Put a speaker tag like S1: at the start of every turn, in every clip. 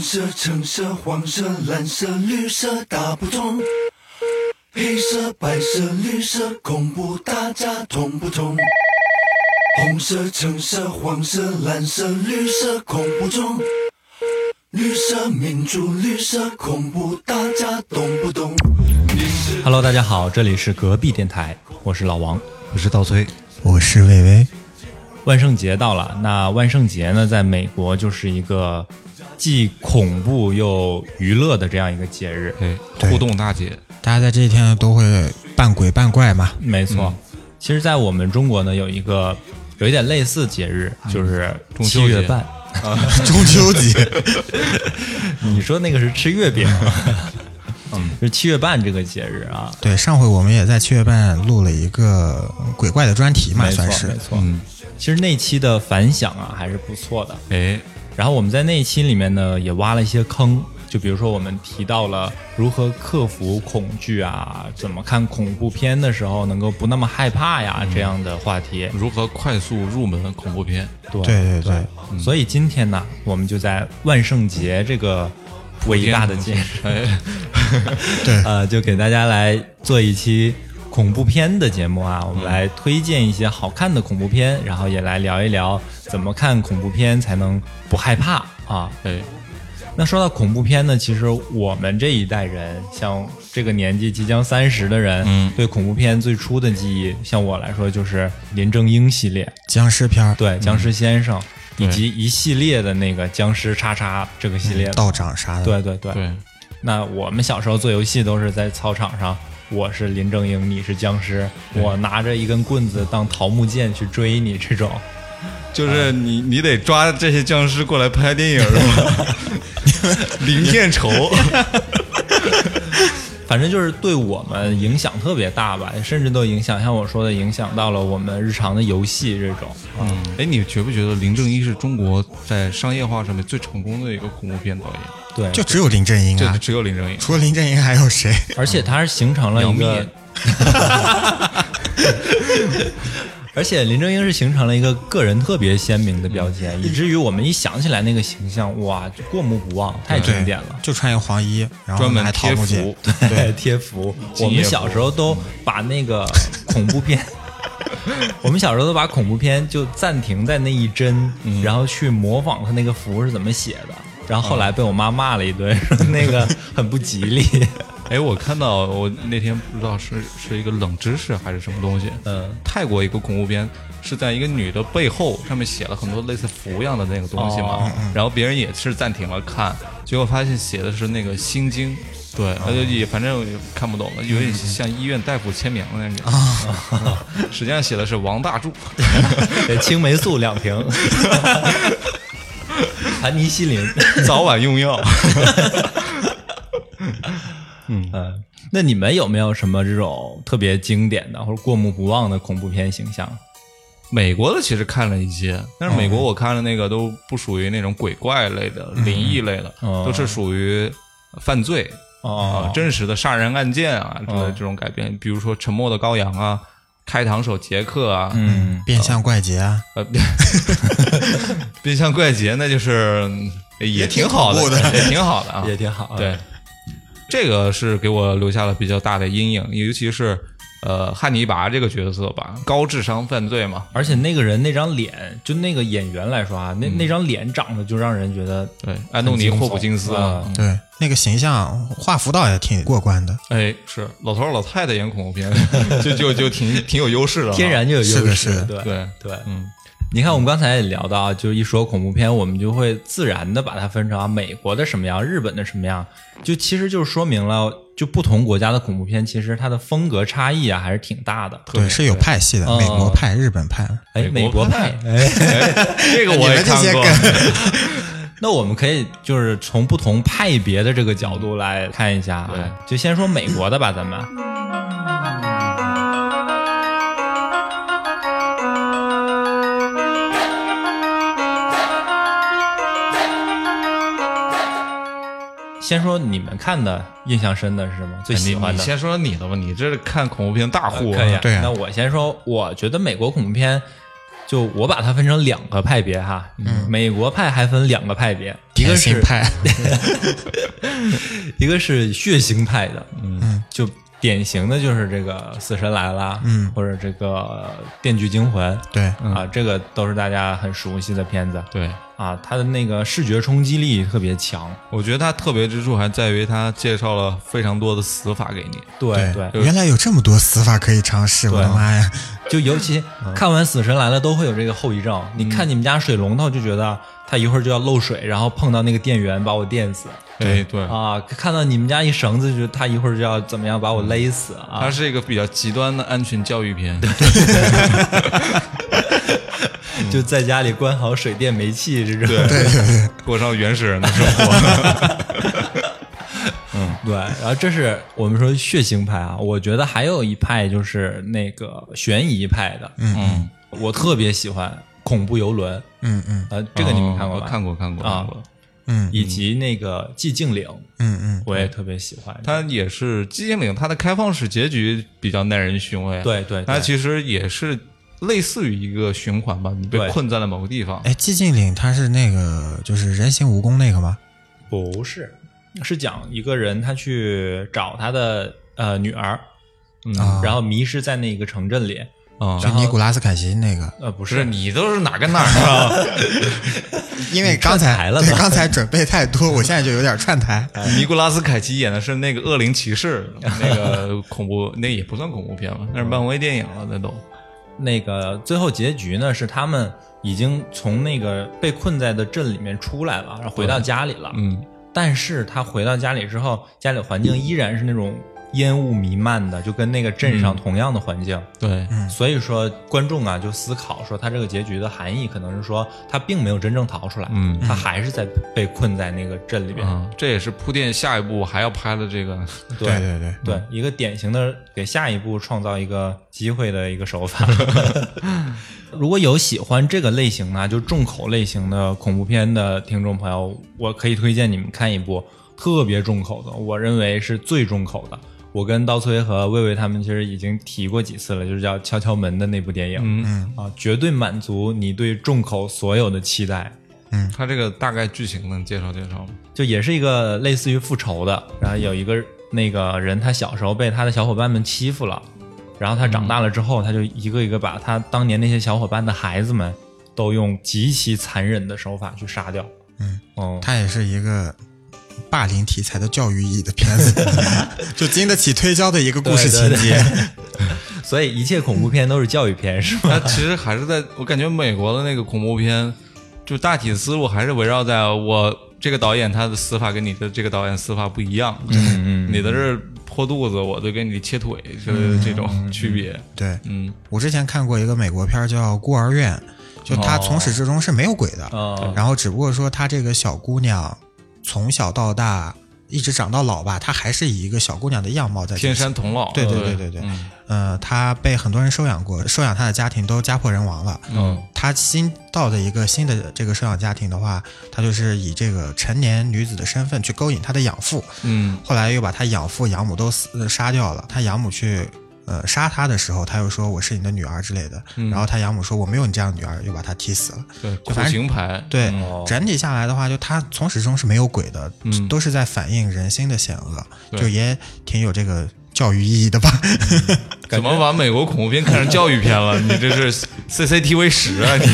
S1: 色、橙色、黄色、蓝色、绿色打不通，黑色、白色、绿色恐怖，大家通不通？红色、橙色、黄色、蓝色、绿色恐怖中，绿色民主、绿色恐怖，大家懂不懂？你是
S2: Hello，大家好，这里是隔壁电台，我是老王。
S3: 我是稻崔，
S4: 我是魏巍，
S2: 万圣节到了，那万圣节呢，在美国就是一个既恐怖又娱乐的这样一个节日。
S3: 哎，
S4: 对
S3: 互动大姐，
S4: 大家在这一天都会扮鬼扮怪嘛，
S2: 没错，其实，在我们中国呢，有一个有一点类似节日，就是
S3: 中秋
S2: 七
S3: 节
S2: 月半。
S4: 中秋节
S2: 嗯你说那个是吃月饼，嗯，是七月半这个节日啊。
S4: 对，上回我们也在七月半录了一个鬼怪的专题嘛，
S2: 没错
S4: 算，是
S2: 没错。
S3: 嗯，
S2: 其实那期的反响啊还是不错的，
S3: 哎，
S2: 然后我们在那一期里面呢，也挖了一些坑，就比如说我们提到了如何克服恐惧啊，怎么看恐怖片的时候能够不那么害怕呀，这样的话题。
S3: 如何快速入门恐怖片？
S2: 对
S4: 嗯对对对，嗯
S2: 所以今天呢，我们就在万圣节这个伟大的节日，
S3: 哎，
S2: 呃，就给大家来做一期恐怖片的节目啊，我们来推荐一些好看的恐怖片，然后也来聊一聊怎么看恐怖片才能不害怕啊。
S3: 哎，
S2: 那说到恐怖片呢，其实我们这一代人，像这个年纪即将三十的人，
S3: 嗯
S2: 对恐怖片最初的记忆，像我来说就是林正英系列，
S4: 僵尸片儿，
S2: 对《僵尸先生》
S3: 对
S2: 以及一系列的那个僵尸叉叉这个系列的。
S4: 道长啥的，
S2: 对对对。
S3: 嗯对，
S2: 那我们小时候做游戏都是在操场上，我是林正英，你是僵尸，
S3: 对
S2: 我拿着一根棍子当桃木剑去追你，这种。
S3: 就是你，你得抓这些僵尸过来拍电影是吧？ 零片酬，
S2: 反正就是对我们影响特别大吧，甚至都影响，像我说的，影响到了我们日常的游戏这种。
S3: 嗯，哎，你觉不觉得林正英是中国在商业化上面最成功的一个恐怖片导演？
S2: 对，
S4: 就只有林正英
S3: 就
S4: 啊，
S3: 只有林正英，
S4: 除了林正英还有谁？
S2: 而且它是形成了一
S3: 杨
S2: 个
S3: 幂，
S2: 而且林正英是形成了一个个人特别鲜明的标签，以至于我们一想起来那个形象，哇，就过目不忘，太
S4: 对
S2: 经典了。
S4: 就穿一个黄衣，然后
S3: 专门
S4: 还桃
S3: 贴
S4: 木剑
S3: 符，
S2: 对，贴符。
S3: 敬
S2: 我
S3: 业
S2: 们小时候都把那个恐怖 片，我们小时候都把恐怖片就暂停在那一帧，然后去模仿他那个符是怎么写的。然后后来被我妈骂了一顿，说那个很不吉 利。
S3: 哎，我看到我那天不知道是是一个冷知识还是什么东西，
S2: 嗯，
S3: 泰国一个恐怖片是在一个女的背后上面写了很多类似符一样的那个东西嘛，
S2: 哦
S3: 然后别人也是暂停了看，结果发现写的是那个心经，对，他
S2: 嗯
S3: 就也反正也看不懂了，有点像医院大夫签名的那个，
S2: 啊
S3: 实际上写的是王大柱，
S2: 对，青霉素两 瓶，盘尼西林。
S3: 早晚用药。
S2: 嗯，那你们有没有什么这种特别经典的或者过目不忘的恐怖片形象？
S3: 美国的其实看了一些，但是美
S2: 嗯
S3: 国我看的那个都不属于那种鬼怪类的、灵异类的，
S2: 哦
S3: 都是属于犯罪啊、
S2: 哦，
S3: 真实的杀人案件啊之类的
S2: 哦
S3: 这种改编，比如说《沉默的羔羊》啊，《开膛手杰克》啊，
S2: 嗯，
S4: 变相怪杰啊，
S3: 呃， 冰箱怪杰那就是嗯也挺好的，
S4: 挺恐怖 的
S3: 也挺好的啊，
S2: 嗯也挺好。
S3: 对，，这个是给我留下了比较大的阴影，尤其是呃汉尼拔这个角色吧，高智商犯罪嘛，
S2: 而且那个人那张脸，就那个演员来说啊，那、那张脸长得就让人觉得，
S3: 对，安东尼霍普金斯啊，
S2: 嗯
S4: 对，那个形象画符道也挺过关的，
S3: 哎，是老头儿老太太演恐怖片，就就就挺挺有优势的啊，
S2: 天然就有优势。
S4: 是的是的
S2: 对
S3: 对，
S2: 对，
S3: 嗯，
S2: 你看我们刚才也聊到啊，就一说恐怖片，我们就会自然的把它分成啊美国的什么样，日本的什么样，就其实就说明了，就不同国家的恐怖片，其实它的风格差异啊还是挺大的。
S3: 对
S4: 对，是有派系的，
S2: 嗯
S4: 美国派、日本派，
S2: 哎，
S3: 美
S2: 美
S3: 国
S2: 国
S3: 派
S2: 派，哎，
S3: 哎这个
S4: 你
S3: 我也
S4: 们这
S3: 看
S4: 些
S3: 过，
S4: 梗，
S2: 那我们可以就是从不同派别的这个角度来看一下啊，
S3: 对
S2: 就先说美国的吧，咱们。先说你们看的印象深的是什么？最喜
S3: 你
S2: 欢
S3: 你
S2: 的？
S3: 先说你的吧，你这是看恐怖片大户啊，
S2: 可以、啊，
S4: 对啊
S2: 那我先说，我觉得美国恐怖片，就我把它分成两个派别哈，美国派还分两个派别，嗯一个
S4: 甜
S2: 是
S4: 心派，
S2: 一个是血腥派的，嗯，就典型的就是这个《死神来了》，嗯，或者这个《电锯惊魂》，
S4: 对，
S2: 啊，这个都是大家很熟悉的片子，
S3: 对，
S2: 啊，它的那个视觉冲击力特别强，
S3: 我觉得它特别之处还在于它介绍了非常多的死法给你。
S2: 对对，
S4: 原来有这么多死法可以尝试，我的妈呀！
S2: 就尤其看完《死神来了》都会有这个后遗症。你看你们家水龙头就觉得它一会儿就要漏水，然后碰到那个电源把我电死
S3: 哎，对，
S2: 啊；看到你们家一绳子，就它一会儿就要怎么样把我勒死啊
S3: 它。是一个比较极端的安全教育片。
S2: 就在家里关好水电煤气这种，对
S3: 对 对，过上原始人的生活。
S2: 然后这是我们说血腥派啊，我觉得还有一派就是那个悬疑派的，
S3: 嗯，
S2: 我特别喜欢恐怖游轮，
S4: 嗯嗯
S2: 呃， 这个你们看过
S3: 哦
S2: 吧？
S3: 看过，看过，
S2: 啊
S3: 看过。
S4: 嗯
S2: 以及那个寂静岭，
S4: 嗯嗯，
S2: 我也特别喜欢。
S3: 它也是《寂静岭》，它的开放式结局比较耐人寻味。啊
S2: 对对对
S3: 它其实也是类似于一个循环吧，你被
S2: 对
S3: 困在了某个地方。
S4: 哎，寂静岭它是那个就是人形蜈蚣那个吗？
S2: 不是，是讲一个人他去找他的呃女儿，嗯，
S4: 啊
S2: 然后迷失在那个城镇里，
S3: 啊，
S4: 就尼古拉斯凯奇那个，
S2: 呃，不
S3: 不是
S2: 是，
S3: 你都是哪跟哪儿啊？
S4: 因为刚才
S2: 台了
S4: 对
S2: 吧
S4: 刚才准备太多，我现在就有点串台。
S3: 尼古拉斯凯奇演的是那个恶灵骑士， 那个恐怖，那也不算恐怖片吧，那是漫威电影了，那都。
S2: 那个最后结局呢是他们已经从那个被困在的镇里面出来了，然后回到家里了，
S3: 嗯，
S2: 但是他回到家里之后，家里环境依然是那种烟雾弥漫的，就跟那个镇上同样的环境。
S3: 对，
S2: 所以说，观众啊就思考说，他这个结局的含义可能是说，他并没有真正逃出来，
S3: 嗯
S2: 他还是在被困在那个镇里边。
S3: 嗯，这也是铺垫下一步还要拍的这个。
S2: 对
S4: 对对对，
S2: 对，一个典型的给下一步创造一个机会的一个手法。如果有喜欢这个类型呢，就重口类型的恐怖片的听众朋友，我可以推荐你们看一部特别重口的，我认为是最重口的。我跟刀崔和魏魏他们其实已经提过几次了，就是叫《敲敲门》的那部电影，嗯啊，绝对满足你对重口所有的期待。
S3: 它这个大概剧情能介绍介绍吗？
S2: 就也是一个类似于复仇的，然后有一个那个人，他小时候被他的小伙伴们欺负了，然后他长大了之后，他就一个一个把他当年那些小伙伴的孩子们都用极其残忍的手法去杀掉。
S4: 嗯
S2: 哦，
S4: 它也是一个霸凌题材的教育意义的片 子，就经得起推销的一个故事情
S2: 对对
S4: 节。
S2: 所以一切恐怖片都是教育片，是吗？
S3: 它其实还是在，我感觉美国的那个恐怖片，就大体思路还是围绕在我这个导演他的死法跟你的这个导演死法不一样，嗯嗯，你的是破肚子，我就给你切腿，就是这种区别，
S4: 对
S3: 嗯，
S4: 我之前看过一个美国片儿叫《孤儿院》，就它从
S3: 哦
S4: 始至终是没有鬼的，
S2: 哦
S4: 然后只不过说她这个小姑娘从小到大一直长到老吧，她还是以一个小姑娘的样貌在
S3: 天
S4: 进行
S3: 山童姥，
S4: 对对对
S3: 嗯对
S4: 对对
S3: 嗯
S4: 呃，她被很多人收养过，收养她的家庭都家破人亡了。
S3: 嗯，
S4: 她新到的一个新的这个收养家庭的话，她就是以这个成年女子的身份去勾引她的养父，
S3: 嗯，
S4: 后来又把她养父养母都死呃杀掉了。她养母去呃杀她的时候，她又说我是你的女儿之类的，
S3: 嗯
S4: 然后她养母说我没有你这样的女儿，又把她踢死了。
S3: 对，苦
S4: 就反正
S3: 行牌，
S4: 对，
S2: 哦
S4: 整体下来的话，就它从始至终是没有鬼的，
S3: 嗯
S4: 都是在反映人心的险恶，
S3: 对
S4: 就也挺有这个教育意义的吧。
S3: 怎么把美国恐怖片看成教育片了？你这是 CCTV 十啊！你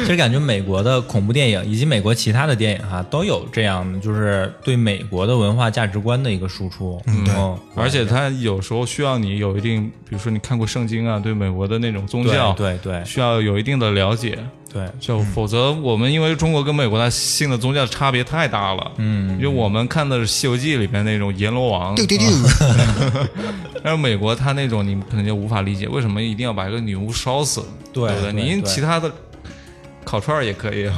S2: 其实感觉美国的恐怖电影以及美国其他的电影哈、都有这样的，就是对美国的文化价值观的一个输出。嗯，
S4: 对
S3: 而且它有时候需要你有一定，比如说你看过圣经啊，对美国的那种宗教，
S2: 对对
S3: 需要有一定的了解，
S2: 对对，
S3: 就否则我们因为中国跟美国它信的宗教差别太大了，嗯，因为我们看的是《西游记》里面那种阎罗王，
S4: 丢丢丢！
S3: 但是美国它那种你可能就无法理解，为什么一定要把一个女巫烧死？
S2: 对
S3: 不
S2: 对
S3: 对？你
S2: 对
S3: 其他的烤串儿也可以啊，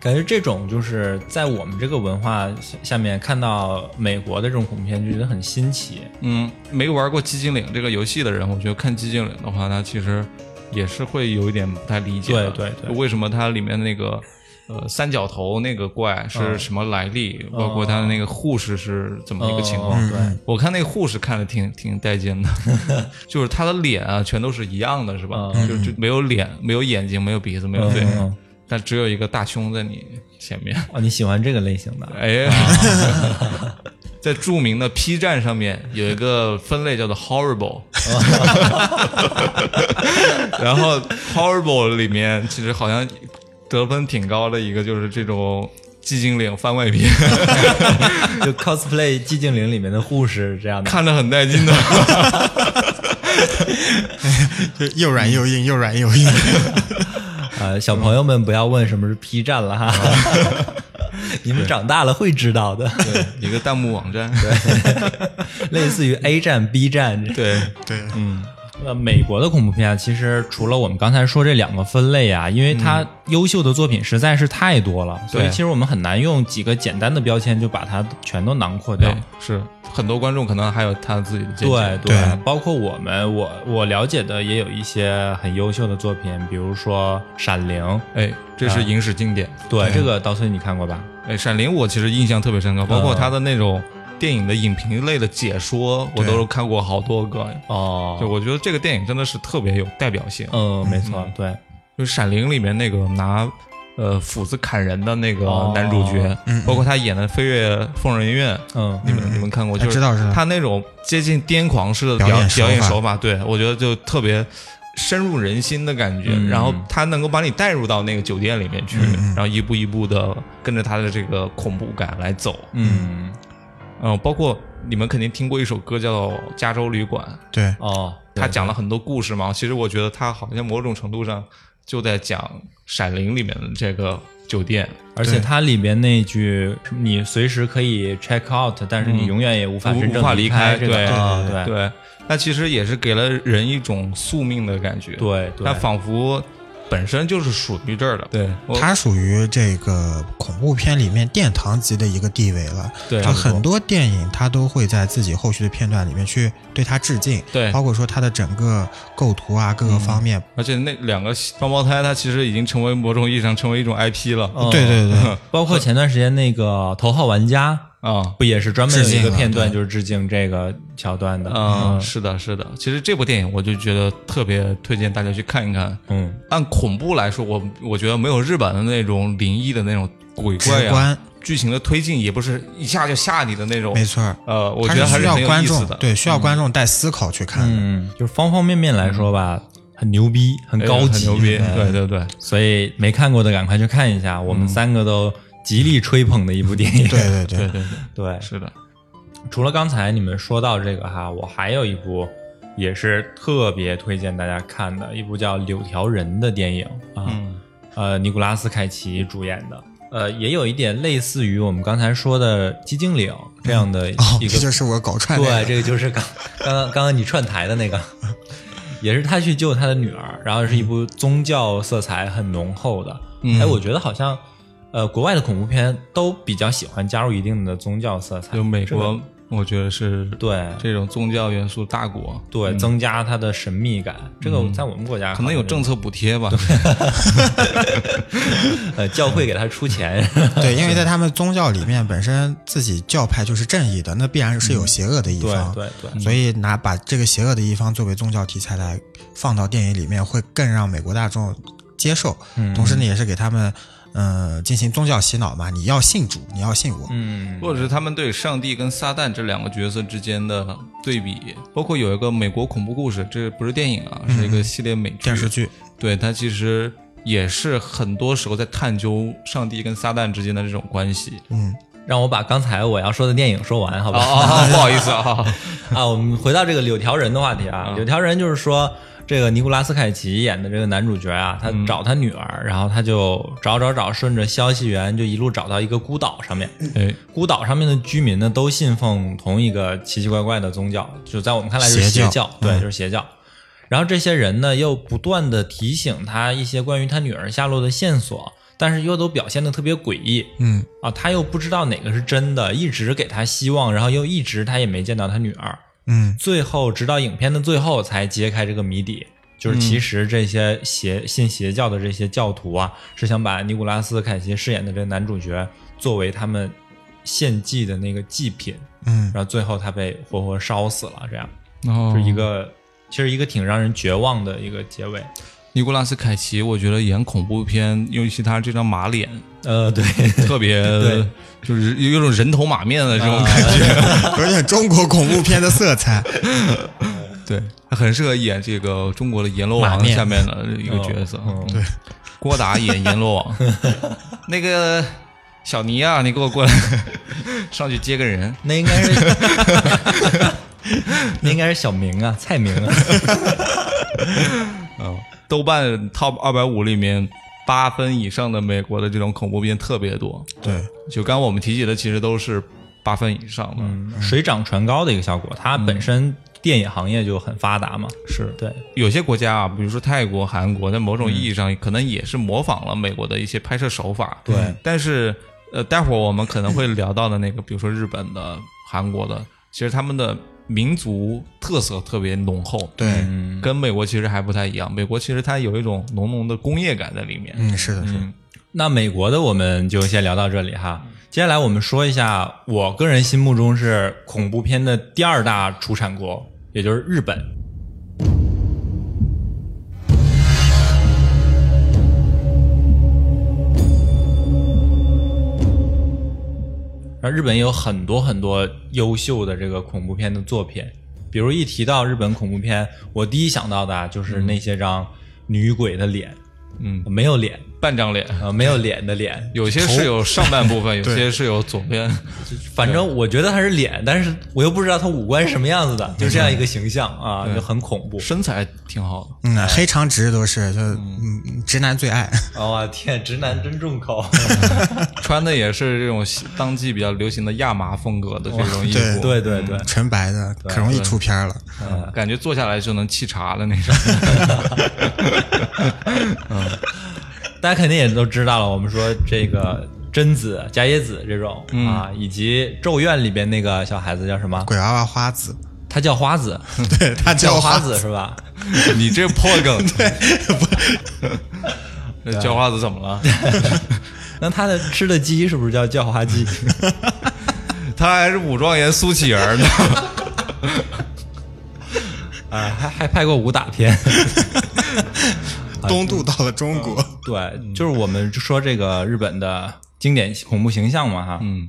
S2: 感觉这种就是在我们这个文化下下面看到美国的这种恐怖片，就觉得很新奇。
S3: 嗯，没玩过《寂静岭》这个游戏的人，我觉得看《寂静岭》的话，他其实也是会有一点不太理解的。
S2: 对对对
S3: 为什么它里面那个呃三角头那个怪是什么来历，包括它的那个护士是怎么一个情况？
S2: 哦对，
S3: 我看那个护士看着挺挺带劲的，
S2: 哦
S3: 就是她的脸啊，全都是一样的，是吧？就就没有脸，没有眼睛，没有鼻子，没有嘴，
S2: 嗯嗯
S3: 但只有一个大胸在你前面。
S2: 哦，你喜欢这个类型的？
S3: 哎呀， 在著名的 P 站上面有一个分类叫做 horrible，然后 horrible 里面其实好像得分挺高的一个就是这种寂静岭番外篇，
S2: 就 cosplay《寂静岭》里面的护士这样的。
S3: 看着很带劲的。
S4: 就又软又硬，又软又硬。
S3: 嗯
S2: 呃，小朋友们不要问什么是 P 站了哈， 你们长大了会知道的。
S3: 对，一个弹幕网站。
S2: 类似于 A 站、B 站这
S3: 对，
S4: 对，
S3: 嗯
S2: 呃，美国的恐怖片啊，其实除了我们刚才说这两个分类啊，因为它优秀的作品实在是太多了，所以
S3: 嗯对
S2: 其实我们很难用几个简单的标签就把它全都囊括掉
S3: 对。，是很多观众可能还有他自己的见
S2: 对
S3: 解。
S2: 对
S4: 对
S2: 包括我们，我我了解的也有一些很优秀的作品，比如说《闪灵》。
S3: 哎，这是影史经典。
S2: 对，这个刀碎你看过吧？
S3: 哎，《闪灵》我其实印象特别深刻，包括他的那种电影的影评类的解说，我
S4: 对
S3: 都看过好多个。
S2: 哦
S3: 就我觉得这个电影真的是特别有代表性，
S2: 嗯，没错，对，
S3: 就是《闪灵》里面那个拿呃斧子砍人的那个
S2: 哦
S3: 男主角，
S4: 嗯
S3: 包括他演的《飞越疯人院》，
S2: 嗯，
S3: 你们你们看过？
S4: 哎
S3: 就是
S4: 知道知道
S3: 他那种接近癫狂式的
S4: 表
S3: 表
S4: 演手
S3: 表演
S4: 法
S3: 手法，对我觉得就特别深入人心的感觉。
S2: 嗯
S3: 然后他能够把你带入到那个酒店里面去，
S4: 嗯
S3: 然后一步一步的跟着他的这个恐怖感来走。
S2: 嗯，
S3: 嗯、包括你们肯定听过一首歌叫《加州旅馆》，
S4: 对，
S2: 哦，
S3: 他讲了很多故事嘛。其实我觉得他好像某种程度上就在讲《闪灵》里面的这个酒店。
S2: 而且它里边那句“你随时可以 check out，但是你永远也无法
S3: 嗯无
S2: 真
S3: 无
S2: 正
S3: 法
S2: 离
S3: 离开
S2: 这个
S3: 对
S2: 啊对
S3: 对，哎那其实也是给了人一种宿命的感觉。
S2: 对对
S3: 他仿佛本身就是属于这儿的。
S2: 对
S3: 我
S4: 它属于这个恐怖片里面殿堂级的一个地位了。
S3: 对
S4: 就很多电影它都会在自己后续的片段里面去对它致敬，
S3: 对
S4: 包括说它的整个构图啊各个方面，
S3: 而且那两个双胞胎，他其实已经成为某种意义上成为一种 IP 了。
S2: 嗯
S4: 对对 对对，
S2: 包括前段时间那个《头号玩家》
S3: 啊
S2: 不也是专门有一
S4: 致
S2: 个
S4: 敬啊
S2: 片段
S4: 对
S2: 就是致敬这个桥段的？
S3: 啊，是的，是的。其实这部电影我就觉得特别推荐大家去看一看。
S2: 嗯，
S3: 按恐怖来说，我我觉得没有日本的那种灵异的那种鬼怪
S4: 直
S3: 啊
S4: 观，
S3: 剧情的推进也不是一下就吓你的那种。
S4: 没错儿。
S3: 呃，我
S4: 它
S3: 觉得还
S4: 需
S3: 是
S4: 要
S3: 很有
S4: 观
S3: 意思
S4: 众
S3: 的。嗯
S4: 对需要观众带思考去看的。
S2: 嗯，就是方方面面来说吧，很牛逼，很
S3: 哎
S2: 高
S3: 很
S2: 级，
S3: 牛逼，对对对。
S2: 所以没看过的赶快去看一下，我们三个都极力吹捧的一部电影。
S4: 对对
S3: 对
S4: 对，
S3: 对
S2: 对
S3: 对，，是的，
S2: 除了刚才你们说到这个哈，我还有一部也是特别推荐大家看的，一部叫《柳条人》的电影啊，
S3: 嗯
S4: 嗯
S2: 呃，尼古拉斯凯奇主演的，呃，也有一点类似于我们刚才说的《寂静岭》这样的
S4: 哦，
S2: 一
S4: 这
S2: 个，
S4: 就是我搞串
S2: 对，
S4: 的。
S2: 这个就是刚刚刚刚刚你串台的那个。也是他去救他的女儿，然后是一部
S4: 嗯
S2: 宗教色彩很浓厚的。哎，我觉得好像，呃，国外的恐怖片都比较喜欢加入一定的宗教色彩。
S3: 嗯就美
S2: 这个
S3: 国，我觉得是
S2: 对
S3: 这种宗教元素大国，
S2: 对，
S4: 嗯
S2: 增加它的神秘感。这个在我们国家
S3: 可能有
S2: 政
S3: 政策补贴吧。
S2: 呃教会给他出钱，
S4: 对，因为在他们宗教里面，本身自己教派就是正义的，那必然是有邪恶的一
S2: 对
S4: 方。
S2: 对对，
S4: 所以拿把这个邪恶的一方作为宗教题材来放到电影里面，会更让美国大众接受。同时呢，也是给他们嗯、呃进行宗教洗脑嘛，你要信主，你要信我。
S2: 嗯
S3: 或者是他们对上帝跟撒旦这两个角色之间的对比，包括有一个美国恐怖故事，这不是电影啊，是一个系列美剧
S4: 嗯电视。剧
S3: 对，它其实也是很多时候在探究上帝跟撒旦之间的这种关 系。
S2: 让我把刚才我要说的电影说完，
S4: 哦
S2: 好吧？
S3: 啊， 不好意思 啊，
S2: 啊，我们回到这个柳条人的话题
S4: 嗯
S2: 啊，柳条人就是说。这个尼古拉斯凯奇演的这个男主角啊，他找他女儿，然后他就找找找，顺着消息源就一路找到一个孤岛上面。
S4: 嗯
S3: 哎，
S2: 孤岛上面的居民呢，都信奉同一个奇奇怪怪的宗教，就在我们看来就是
S4: 邪
S2: 邪
S4: 教
S2: 对，
S4: 嗯
S2: 就是邪教。然后这些人呢，又不断的提醒他一些关于他女儿下落的线索，但是又都表现的特别诡异，
S4: 嗯
S2: 啊，他又不知道哪个是真的，一直给他希望，然后又一直他也没见到他女儿，
S4: 嗯，
S2: 最后直到影片的最后才揭开这个谜底，就是其实这些邪、信邪教的这些教徒啊，是想把尼古拉斯凯奇饰演的这个男主角作为他们献祭的那个祭品，
S4: 嗯
S2: 然后最后他被活活烧死了，这样
S3: 哦
S2: 是一个、其实一个挺让人绝望的一个结尾。
S3: 尼古拉斯凯奇，我觉得演恐怖片，尤其他这张马 脸，
S2: 呃，对，
S3: 特别
S2: 对，啊
S3: 就是有有种人头马面的这种感觉。
S4: 有点中国恐怖片的色彩。
S3: 对，他很适合演这个中国的阎罗
S2: 马
S3: 王
S2: 面哦
S3: 下面的一个角色。对，郭达演阎罗 王，那个小尼啊，你给我过来， 上去接个人。
S2: 那应该是， 那应该是小明啊，蔡明啊，哦
S3: 嗯，豆瓣 Top 二百五里面八分以上的美国的这种恐怖片特别多。
S4: 对，
S3: 就刚刚我们提及的，其实都是八分以上的。
S2: 水涨船高的一个效果。它本身电影行业就很发达嘛，
S3: 是
S2: 对，
S3: 有些国家啊，比如说泰国、韩国，在某种意义上可能也是模仿了美国的一些拍摄手法。
S2: 对
S3: 但是呃，待会儿我们可能会聊到的那个，比如说日本的、韩国的，其实他们的民族特色特别浓厚。
S4: 对
S3: 嗯，跟美国其实还不太一样。美国其实它有一种浓浓的工业感在里面。
S4: 嗯，是的，是的。
S2: 那美国的我们就先聊到这里哈。接下来我们说一下，我个人心目中是恐怖片的第二大出产国，也就是日本。然后日本也有很多很多优秀的这个恐怖片的作品，比如一提到日本恐怖片，我第一想到的啊就是那些张女鬼的脸，
S3: 嗯，
S2: 没有脸，
S3: 半张脸，
S2: 呃，没有脸的脸，
S3: 有些是有上半部分，有些是有左边。
S2: 反正我觉得他是脸，但是我又不知道他五官是什么样子的，就这样一个形象啊，就很恐怖。
S3: 身材挺好的。
S4: 嗯，黑长直都是，就嗯，直男最爱。
S2: 哦天，直男真重口。
S3: 穿的也是这种当季比较流行的亚麻风格的这种衣
S4: 对
S3: 服，
S2: 对对对，
S4: 纯白的，可容易出片儿了。
S3: 嗯 感觉坐下来就能沏茶的那种。
S2: 大家肯定也都知道了，我们说这个贞子、伽椰子这种啊，以及《咒怨》里边那个小孩子叫什么？
S4: 鬼娃娃花子，
S2: 他叫花 子，
S4: 对他
S2: 叫
S4: 叫
S2: 花
S4: 花
S2: 子，是吧？
S3: 你这破梗， 那叫花子怎么了？
S2: 那他的吃的鸡是不是叫叫花 鸡？
S3: 他还是武状元苏乞儿呢。
S2: 啊，还还拍过武打片。
S4: 东渡到了中
S2: 嗯
S4: 国。
S2: 对，就是我们说这个日本的经典恐怖形象嘛，哈，
S3: 嗯，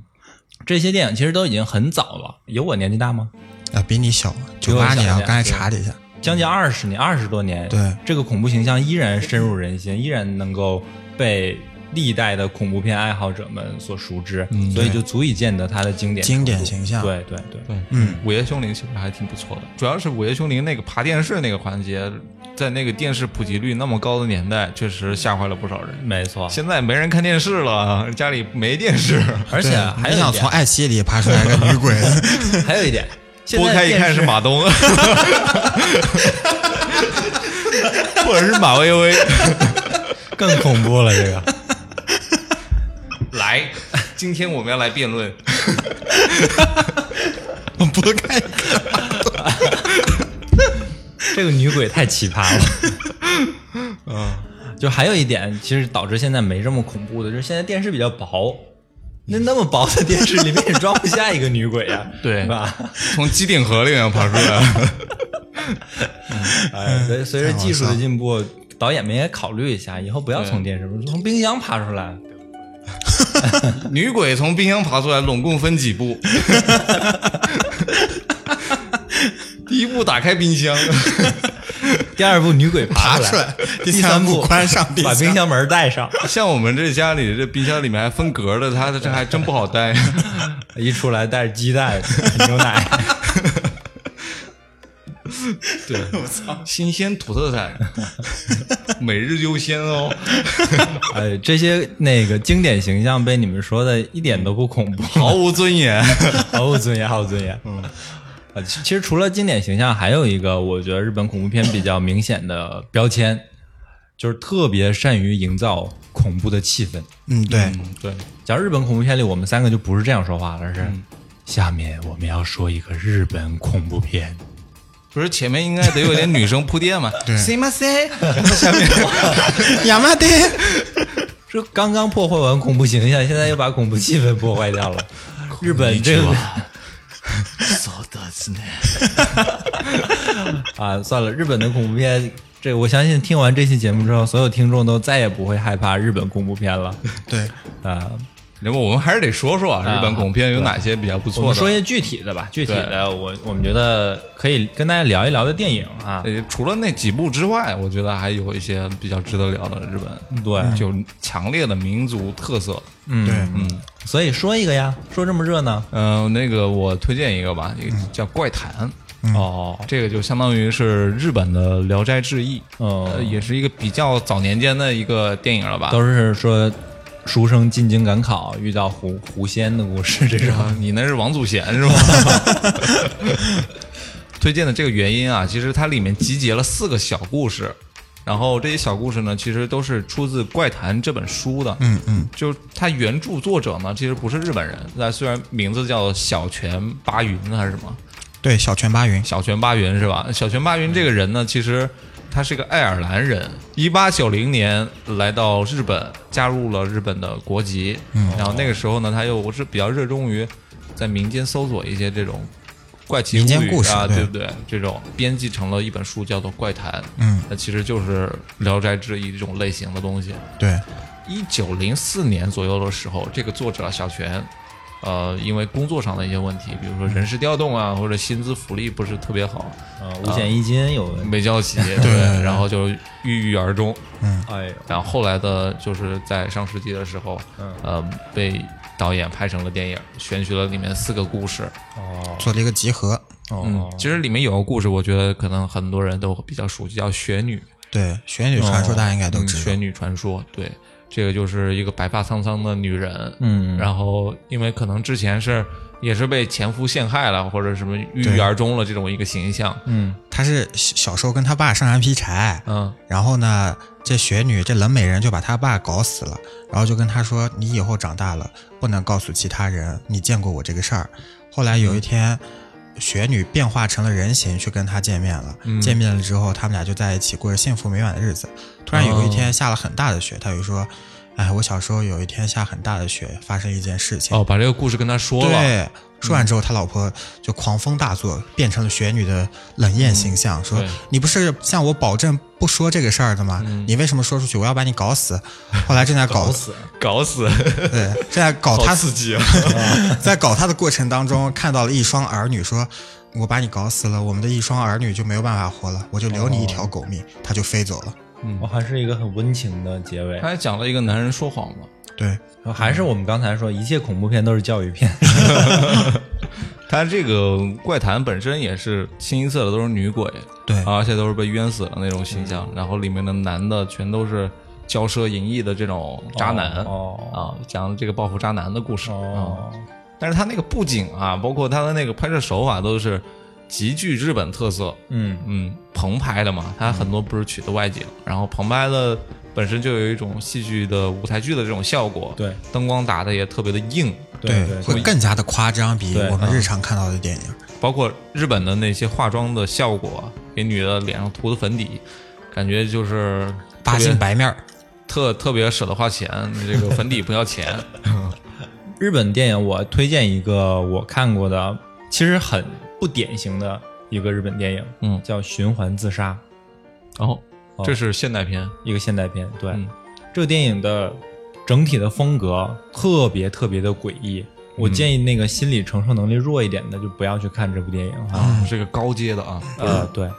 S2: 这些电影其实都已经很早了，有我年纪大吗？
S4: 啊，比你小，
S2: 比
S4: 九
S2: 我小
S4: 八年，
S2: 一
S4: 我
S2: 点
S4: 刚才
S2: 对
S4: 查了一下，
S2: 将近二十年，二十多年，
S4: 嗯对
S2: 这个恐怖形象依然深入人心，依然能够被历代的恐怖片爱好者们所熟知，所以就足以见得它的经典
S4: 嗯经典
S2: 程度
S4: 形象
S2: 对对对，
S3: 对，嗯，午夜凶铃其实还挺不错的，主要是午夜凶铃那个爬电视那个环节，在那个电视普及率那么高的年代，确实吓坏了不少人。
S2: 没错。
S3: 现在没人看电视了，家里没电 视，
S2: 而且啊
S4: 对
S2: 还
S4: 你
S2: 有一
S4: 想从
S2: 点，
S4: 爱奇艺里爬出来个 女鬼，
S2: 还有一点，现
S3: 拨
S2: 在
S3: 开一
S2: 电
S3: 看是
S2: 视
S3: 马 东，或者是马薇薇，
S2: 更恐怖了，这个。
S3: 来，今天我们要来辩论。
S4: 不 看。
S2: 这个女鬼太奇葩了。嗯，就还有一点，其实导致现在没这么恐怖的，就是现在电视比较薄。那那么薄的电视里面也装不下一个女鬼呀、
S3: 对
S2: 吧？
S3: 从机顶盒里面爬出 来。
S2: 哎，随随着技术的进步，导演们也考虑一下，以后不要从电视，从冰箱爬出来。
S3: 女鬼从冰箱爬出来，拢共分 几步？第一步打开 冰箱，
S2: 第二步，女鬼爬
S4: 爬出
S2: 来
S4: 来；
S2: 第
S4: 第
S2: 三
S4: 三步
S2: 步，
S4: 关上冰箱
S2: 把冰箱门带上。
S3: 像我们这家里这冰箱里面还分格的，它这还真不好待。
S2: 一出来带着鸡蛋、牛奶，
S3: 对，我操，新鲜土特产，每日优先哦。
S2: 哎，这些那个经典形象被你们说的一点都不恐怖，
S3: 毫无尊严。
S2: 毫无尊严，毫无尊严。嗯，啊，其其实除了经典形象，还有一个我觉得日本恐怖片比较明显的标签，就是特别善于营造恐怖的气氛。
S4: 嗯，对，
S3: 对，
S2: 讲日本恐怖片里，我们三个就不是这样说话了，而是、下面我们要说一个日本恐怖片。
S3: 不是前面应该得有点女生铺 垫嘛？对，see my say，下面
S4: 亚麻得
S2: 这刚刚破坏完恐怖形象，现在又把恐怖气氛破坏掉了。日本这个
S3: そうですね。
S2: 啊，算了，日本的恐怖片这我相信听完这期节目之后，所有听众都再也不会害怕日本恐怖片了。
S4: 对，
S2: 啊、
S3: 那么我们还是得说说啊，
S2: 啊
S3: 日本恐怖片有哪些比较不
S2: 我
S3: 错
S2: 们说一
S3: 的？
S2: 些具体的吧，具体的我我们觉得可以跟大家聊一聊的电影啊，
S3: 呃，除了那几部之外，我觉得还有一些比较值得聊的日本，
S2: 嗯对
S3: 就强烈的民族特色。
S2: 嗯
S4: 对，
S2: 所以说一个呀，说这么热闹，
S3: 嗯，那个我推荐一个吧，一个
S2: 嗯
S3: 叫《怪谈》。
S2: 哦，
S3: 这个就相当于是日本的《聊斋志异》，
S2: 哦
S3: 呃，也是一个比较早年间的一个电影了吧？
S2: 都是说书生进京赶考遇到狐狐仙的故事，这种
S3: 啊，你那是王祖贤是 吧？推荐的这个原因啊，其实它里面集结了四个小故事，然后这些小故事呢，其实都是出自《怪谈》这本书的。嗯嗯，就它原著作者呢，其实不是日本人，那虽然名字叫小泉八云还是什么，
S4: 对，小泉八云，
S3: 小泉八云是吧？小泉八云这个人呢，其实他是个爱尔兰人，一八九零年来到日本，加入了日本的国籍。嗯，然后那个时候呢，他又我是比较热衷于在民间搜索一些这种怪奇
S4: 民间
S3: 物语
S4: 故事
S3: 啊，
S4: 对
S3: 对不对？这种编辑成了一本书，叫做《怪谈》。
S4: 嗯，
S3: 那其实就是《聊斋志异》这种类型的东西。
S4: 对，
S3: 一九零四年左右的时候，这个作者小泉，呃，因为工作上的一些问题，比如说人事调动啊，或者薪资福利不是特别好，
S2: 啊，五险一金有，
S3: 没交 齐，对
S4: 对
S3: 然后就郁郁而终。
S2: 哎呦，
S3: 然后后来的就是在上世纪的时候，
S2: 嗯
S3: 呃，被导演拍成了电影，选取了里面四个故事。
S2: 哦
S4: 做了一个集合，
S3: 嗯
S2: 哦，，
S3: 其实里面有个故事，我觉得可能很多人都比较熟悉，叫《雪女》。
S4: 对，玄女传说
S2: 哦
S4: 大家应该都
S3: 嗯
S4: 知道，
S3: 玄女传说，对，这个就是一个白发苍苍的女人，
S2: 嗯
S3: 然后因为可能之前是也是被前夫陷害了，或者什么郁郁而终了这种一个形象，
S2: 嗯
S4: 她是小小时候跟她爸上山劈柴，
S3: 嗯，
S4: 然后呢，这雪女这冷美人就把她爸搞死了，然后就跟她说：“你以后长大了不能告诉其他人你见过我这个事儿。”后来有一天，雪女变化成了人形去跟他见面了。见面了之后，他们俩就在一起过着幸福美满的日子。突然有一天下了很大的雪，她就说：“哎，我小时候有一天下很大的雪，发生一件事情。
S3: 哦，把这个故事跟他说了，
S4: 对，说完之后，他老婆就狂风大作，变成了雪女的冷艳形象，说
S3: 对：“
S4: 你不是向我保证不说这个事儿的吗？你为什么说出去？我要把你搞死！”后来正在搞，
S2: 死，
S3: 搞死，
S4: 对，正在搞
S3: 好
S4: 他，
S3: 刺激啊！
S4: 在搞他的过程当中，看到了一双儿女，说：“我把你搞死了，我们的一双儿女就没有办法活了，我就留你一条狗命。”他就飞走了。
S2: 我还是一个很温情的结尾
S3: 他，还讲了一个男人说谎嘛，
S4: 对，
S2: 还是我们刚才说，一切恐怖片都是教育片，
S3: 他这个怪谈本身也是清一色的都是女鬼，
S4: 对
S3: 而且都是被冤死的那种形象，然后里面的男的全都是骄奢淫逸的这种渣男，
S2: 哦
S3: 啊，讲这个报复渣男的故事。
S2: 哦
S3: 嗯，但是他那个布景啊，包括他的那个拍摄手法都是极具日本特色，
S2: 嗯
S3: 嗯，棚拍的嘛，它很多不是取的外景，然后棚拍的本身就有一种戏剧的舞台剧的这种效果，
S2: 对，
S3: 灯光打的也特别的硬，
S2: 对
S4: 会更加的夸张，比
S2: 对
S4: 我们日常看到的电影。
S3: 包括日本的那些化妆的效果，给女的脸上涂的粉底，感觉就是
S4: 八斤白面儿，
S3: 特特别舍得花钱，这个粉底不要 钱，
S2: 日本电影，我推荐一个我看过的，其实很不典型的一个日本电影，
S3: 嗯
S2: 叫《循环自杀》，
S3: 然后这是现代片，
S2: 一个现代片。对，
S3: 嗯
S2: 这个电影的整体的风格特别特别的诡
S3: 嗯
S2: 异。我建议那个心理承受能力弱一点的，就不要去看这部电影啊。
S3: 啊，是个高阶的啊，
S2: 呃，对，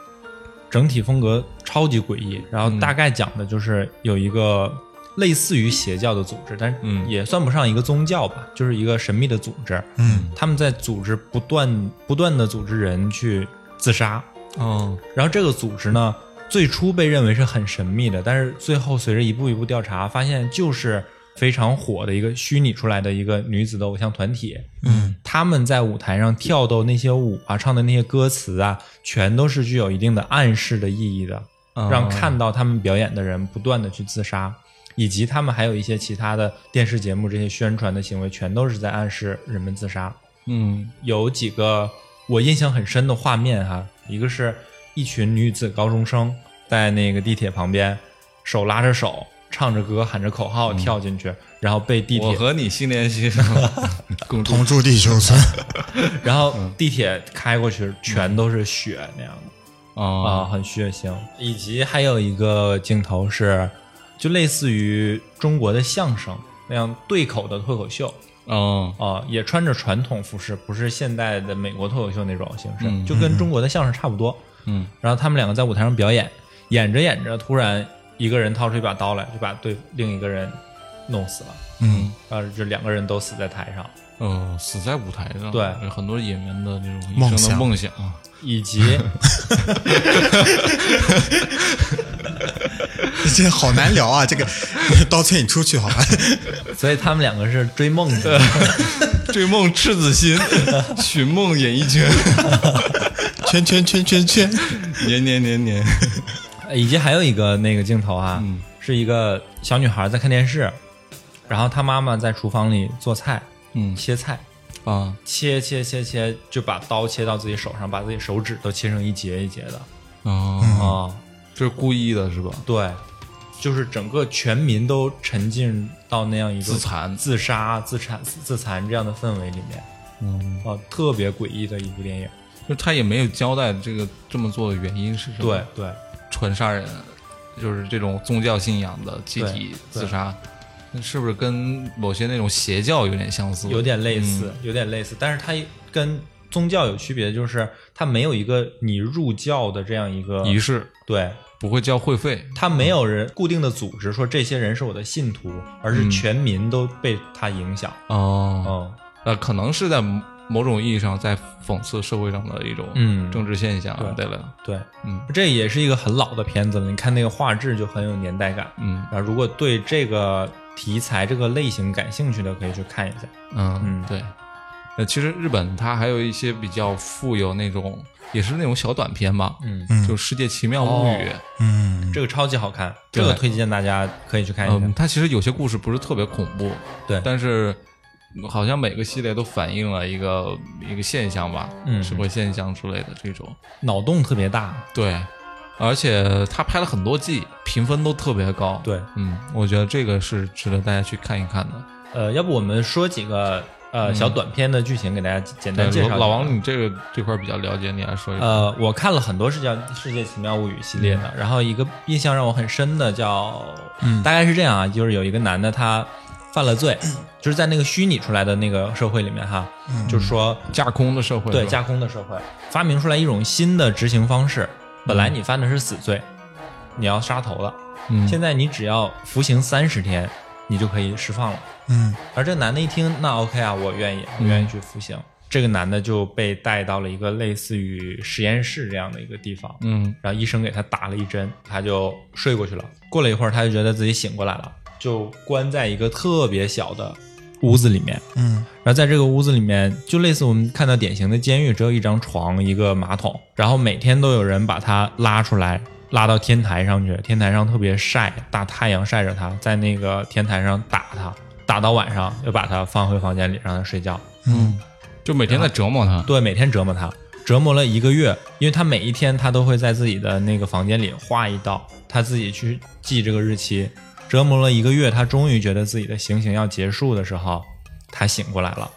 S2: 整体风格超级诡
S3: 嗯
S2: 异。然后大概讲的就是有一个类似于邪教的组织，但是
S3: 嗯
S2: 也算不上一个宗教吧，就是一个神秘的组织。
S4: 嗯，
S2: 他们在组织不断不断的组织人去自杀，
S3: 嗯，
S2: 然后这个组织呢，最初被认为是很神秘的，但是最后随着一步一步调查，发现就是非常火的一个虚拟出来的一个女子的偶像团体。嗯，他们在舞台上跳的那些舞啊，唱的那些歌词啊，全都是具有一定的暗示的意义的，
S3: 哦嗯
S2: 让看到他们表演的人不断的去自杀。以及他们还有一些其他的电视节目，这些宣传的行为全都是在暗示人们自杀。
S3: 嗯
S2: 有几个我印象很深的画面哈，一个是一群女子高中生在那个地铁旁边手拉着手唱着歌喊着口号跳进去，然后被地
S3: 我
S2: 铁，
S3: 和你心连心， 共
S4: 同住地球村。
S2: 嗯然后地铁开过去全都是血那样的。啊、
S3: 啊
S2: 很血腥。以及还有一个镜头是，就类似于中国的相声那样对口的脱口秀
S3: 嗯
S2: 啊、也穿着传统服饰，不是现代的美国脱口秀那种形式，嗯就跟中国的相声差不多。
S3: 嗯，
S2: 然后他们两个在舞台上表演，演着演着，突然一个人掏出一把刀来，就把对另一个人弄死了。
S3: 嗯，
S2: 啊，就两个人都死在台上，
S3: 哦，死在舞台上，
S2: 对
S3: 有很多演员的这种一
S4: 梦
S3: 生的
S4: 想
S3: 梦想，啊
S2: 以及
S4: 这好难聊啊！这个 刀崔，你出去好吧？
S2: 所以他们两个是追梦去的。
S3: 追梦赤子心， 寻梦演艺圈，
S4: 圈圈圈圈圈，
S3: 年年年年，
S2: 以及还有一个那个镜头啊，是一个小女孩在看电视，然后她妈妈在厨房里做菜，
S3: 嗯
S2: 切菜，
S3: 啊，
S2: 切切切切，就把刀切到自己手上，把自己手指都切成一节一节的啊、
S3: 哦，这是故意的是吧？
S2: 对，就是整个全民都沉浸到那样一个
S3: 自残
S2: 自杀、自残、自残这样的氛围里面，嗯，啊，特别诡异的一部电影。
S3: 就是他也没有交代这个这么做的原因是什么，
S2: 对，对，
S3: 纯杀人，就是这种宗教信仰的集体
S2: 对对
S3: 自杀，那是不是跟某些那种邪教有点相似？
S2: 有点类似，
S3: 嗯
S2: 有点类似，但是它跟宗教有区别，就是它没有一个你入教的这样一个
S3: 仪，式，
S2: 对，
S3: 不会交会费，
S2: 它没有人固定的组织说这些人是我的信徒，而
S3: 嗯
S2: 是全民都被它影响。
S3: 哦，
S2: 嗯，
S3: 呃，可能是在某某种意义上在讽刺社会上的一种
S2: 嗯
S3: 政治现象。对了，
S2: 对，
S3: 嗯
S2: 这也是一个很老的片子了，你看那个画质就很有年代感。
S3: 嗯
S2: 然后，如果对这个题材、这个类型感兴趣的，可以去看一下。
S3: 嗯
S2: 嗯，
S3: 对。呃，其实日本它还有一些比较富有那种，也是那种小短片吧，
S2: 嗯，
S3: 就《世界奇妙物语》
S2: 哦
S4: 嗯，
S2: 这个超级好看，这
S3: 对
S2: 个推荐大家可以去看一下。
S3: 嗯，它其实有些故事不是特别恐怖，
S2: 对，
S3: 但是好像每个系列都反映了一个一个现象吧，
S2: 嗯
S3: 社会现象之类的这种。
S2: 脑洞特别大。
S3: 对，而且他拍了很多季，评分都特别高。，
S2: 对，
S3: 嗯，我觉得这个是值得大家去看一看的。
S2: 呃，要不我们说几个呃小短片的剧情给大家简单介绍
S3: 对
S2: 一下。
S3: 老老王，你这个这块比较了解，你来说一说。
S2: 呃，我看了很多是叫《世界奇妙物语》系列的，然后一个印象让我很深的叫，大概是这样啊，就是有一个男的他犯了 罪，就是在那个虚拟出来的那个社会里面哈，就是说
S3: 架空的社会，
S2: 呃对
S3: 是吧
S2: 架空的社会发明出来一种新的执行方式，本来你犯的是死罪，你要杀头了，
S3: 嗯
S2: 现在你只要服刑三十天，你就可以释放了。
S4: 嗯
S2: 而这男的一听，那 OK 啊，我愿意，我
S3: 嗯
S2: 愿意去服刑。这个男的就被带到了一个类似于实验室这样的一个地方，
S3: 嗯
S2: 然后医生给他打了一针，他就睡过去了。过了一会儿，他就觉得自己醒过来了，就关在一个特别小的屋子里面。
S4: 嗯
S2: 然后在这个屋子里面，就类似我们看到典型的监狱，只有一张床、一个马桶，然后每天都有人把他拉出来，拉到天台上去。天台上特别晒，大太阳晒着他，在那个天台上打他，打到晚上又把他放回房间里让他睡觉。
S4: 嗯，
S3: 就每天在折磨他。
S2: 对，每啊天折磨他，折磨了一个月，因为他每一天他都会在自己的那个房间里画一道，他自己去记这个日期。折磨了一个月，他终于觉得自己的行刑要结束的时候，他醒过来了。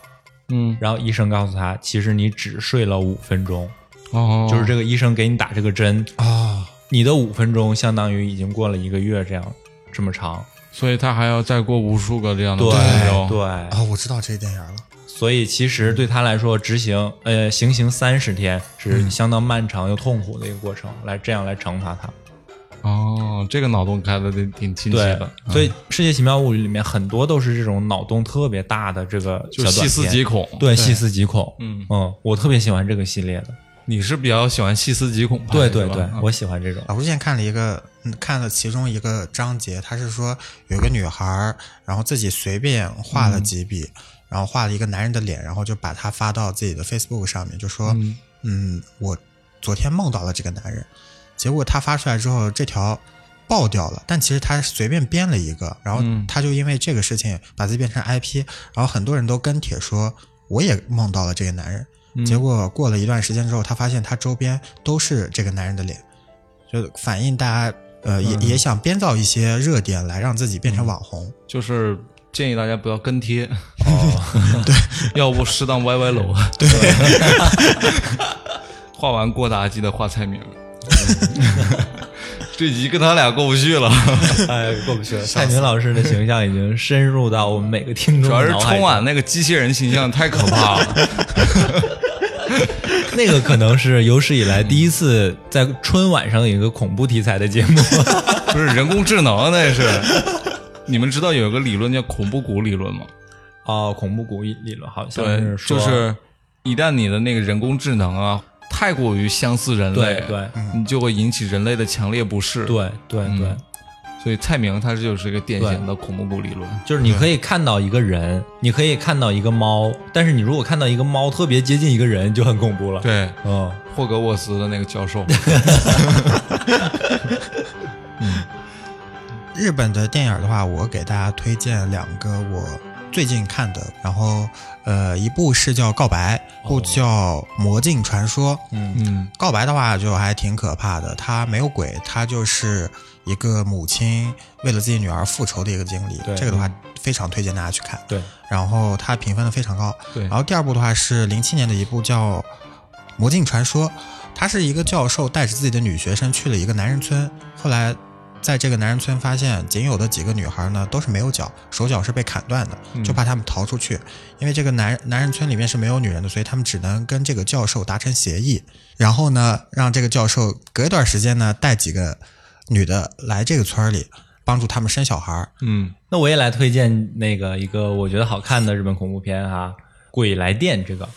S3: 嗯，
S2: 然后医生告诉他，其实你只睡了五分钟，
S3: 哦，
S2: 就是这个医生给你打这个针，
S4: 哦，
S2: 你的五分钟相当于已经过了一个月这样这么长。
S3: 所以他还要再过无数个这样的
S2: 对
S3: 分钟
S2: 对，
S4: 哦，我知道这电影了。
S2: 所以其实对他来说，执行呃行刑三十天是相当漫长又痛苦的一个过程，来这样来惩罚他。
S3: 哦，这个脑洞开的挺挺清晰
S2: 对嗯
S3: 的，，
S2: 所以《世界奇妙物语》里面很多都是这种脑洞特别大的这个
S3: 就
S2: 小
S3: 细
S2: 短
S3: 思
S2: 片
S3: 极恐。，
S2: 对，细思极恐。
S3: 嗯
S2: 嗯，我特别喜欢这个系列的。
S3: 你是比较喜欢细思极恐派
S2: 对
S3: 的
S2: 对
S3: 是吧
S2: 对
S3: 嗯，
S2: 我喜欢这种。
S4: 啊，我之前看了一个，嗯看了其中一个章节，他是说有一个女孩儿，然后自己随便画了几笔，然后画了一个男人的脸，然后就把它发到自己的 Facebook 上面，就说，嗯我昨天梦到了这个男人，结果他发出来之后，这条爆掉了，但其实他随便编了一个，然后他就因为这个事情把自己变成 IP，然后很多人都跟帖说，我也梦到了这个男人。结果过了一段时间之后，他发现他周边都是这个男人的脸，就反映大家呃也也想编造一些热点来让自己变成网红。
S3: 就是建议大家不要跟贴，
S2: 哦
S3: 对，要不 适当歪歪楼，对，画完过大鸡的画菜名，这集跟他俩过不去了，
S2: 哎，过不去了。蔡明老师的形象已经深入到我们每个听众
S3: 主要
S2: 的
S3: 是啊
S2: 脑海
S3: 春
S2: 中，
S3: 晚那个机器人形象太可怕了。
S2: 那个可能是有史以来第一次在春晚上有一个恐怖题材的节目。
S3: 不是人工智能，啊那是。你们知道有个理论叫恐怖谷理论吗？
S2: 哦，恐怖谷理论好像
S3: 对，
S2: 说，
S3: 就是一旦你的那个人工智能啊，太过于相似人类，
S2: 对嗯对，
S3: 你就会引起人类的强烈不适。，
S2: 对对
S3: 嗯
S2: 对、
S3: 所以蔡明他这就是一个典型的恐怖谷理论。
S2: 就是你可以看到一个人，你可以看到一个猫，但是你如果看到一个猫特别接近一个人，就很恐怖了。，
S3: 对，
S2: 嗯，
S3: 霍格沃茨的那个教授，
S4: 日本的电影的话，我给大家推荐两个我最近看的，然后呃，一部是叫《告白》，一部叫《魔镜传说》。
S3: 嗯
S4: 告白的话就还挺可怕的，它没有鬼，它就是一个母亲为了自己女儿复仇的一个经历
S2: 对。
S4: 这个的话非常推荐大家去看。
S2: 对，
S4: 然后它评分的非常高。
S3: 对
S4: 然后第二部的话是零七年的一部叫《魔镜传说》，他是一个教授带着自己的女学生去了一个男人村，后来在这个男人村发现仅有的几个女孩呢都是没有脚，手脚是被砍断的，就怕他们逃出去，因为这个男男人村里面是没有女人的，所以他们只能跟这个教授达成协议，然后呢让这个教授隔一段时间呢带几个女的来这个村儿里帮助他们生小孩儿。
S3: 嗯，
S2: 那我也来推荐那个一个我觉得好看的日本恐怖片啊，《鬼来电》这个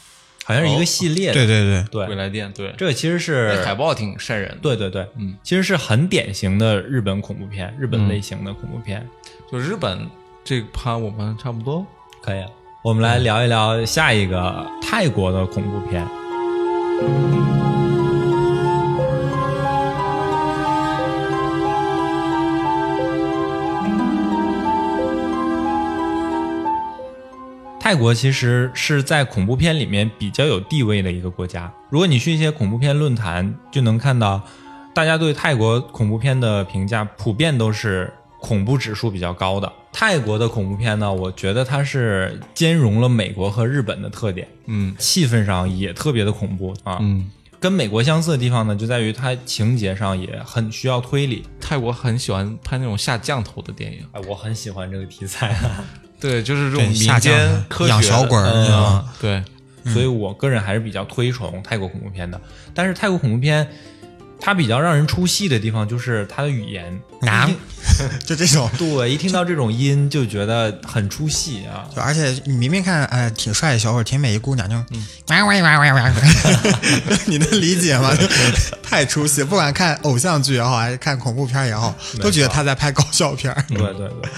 S2: 好像是一
S3: 哦
S2: 个系列的，
S4: 对对对，
S2: 对
S3: 未来电对，
S2: 这个其实是
S3: 那海报挺瘆人的。
S2: 对对对，
S3: 嗯，
S2: 其实是很典型的日本恐怖片，日本类型的恐怖片。
S3: 就日本这趴我们差不多。
S2: 可以，啊我们来聊一聊下一个泰国的恐怖片。泰国其实是在恐怖片里面比较有地位的一个国家。如果你去一些恐怖片论坛，就能看到大家对泰国恐怖片的评价普遍都是恐怖指数比较高的。泰国的恐怖片呢，我觉得它是兼容了美国和日本的特点，
S3: 嗯
S2: 气氛上也特别的恐怖啊。
S3: 嗯，
S2: 跟美国相似的地方呢，就在于它情节上也很需要推理。
S3: 泰国很喜欢拍那种下降头的电影。
S2: 哎，我很喜欢这个题材、啊
S3: 对，就是这种
S4: 对
S3: 民
S4: 下降
S3: 间科学
S4: 养小鬼儿
S3: 嗯
S4: 嗯
S3: 对，
S2: 所以我个人还是比较推崇泰国恐怖片的。但是泰国恐怖片，它比较让人出戏的地方就是它的语言，
S4: 拿 就这种。
S2: 对，一听到这种音就觉得很出戏 啊。
S4: 就而且你明明看，哎，挺帅的小伙儿，挺美一姑娘，就
S3: 嗯
S4: 哇哇哇哇哇， 你能理解吗？就太出戏，不管看偶像剧也好，还是看恐怖片儿也好，都觉得他在拍搞笑片儿。
S3: 嗯
S2: 对对对。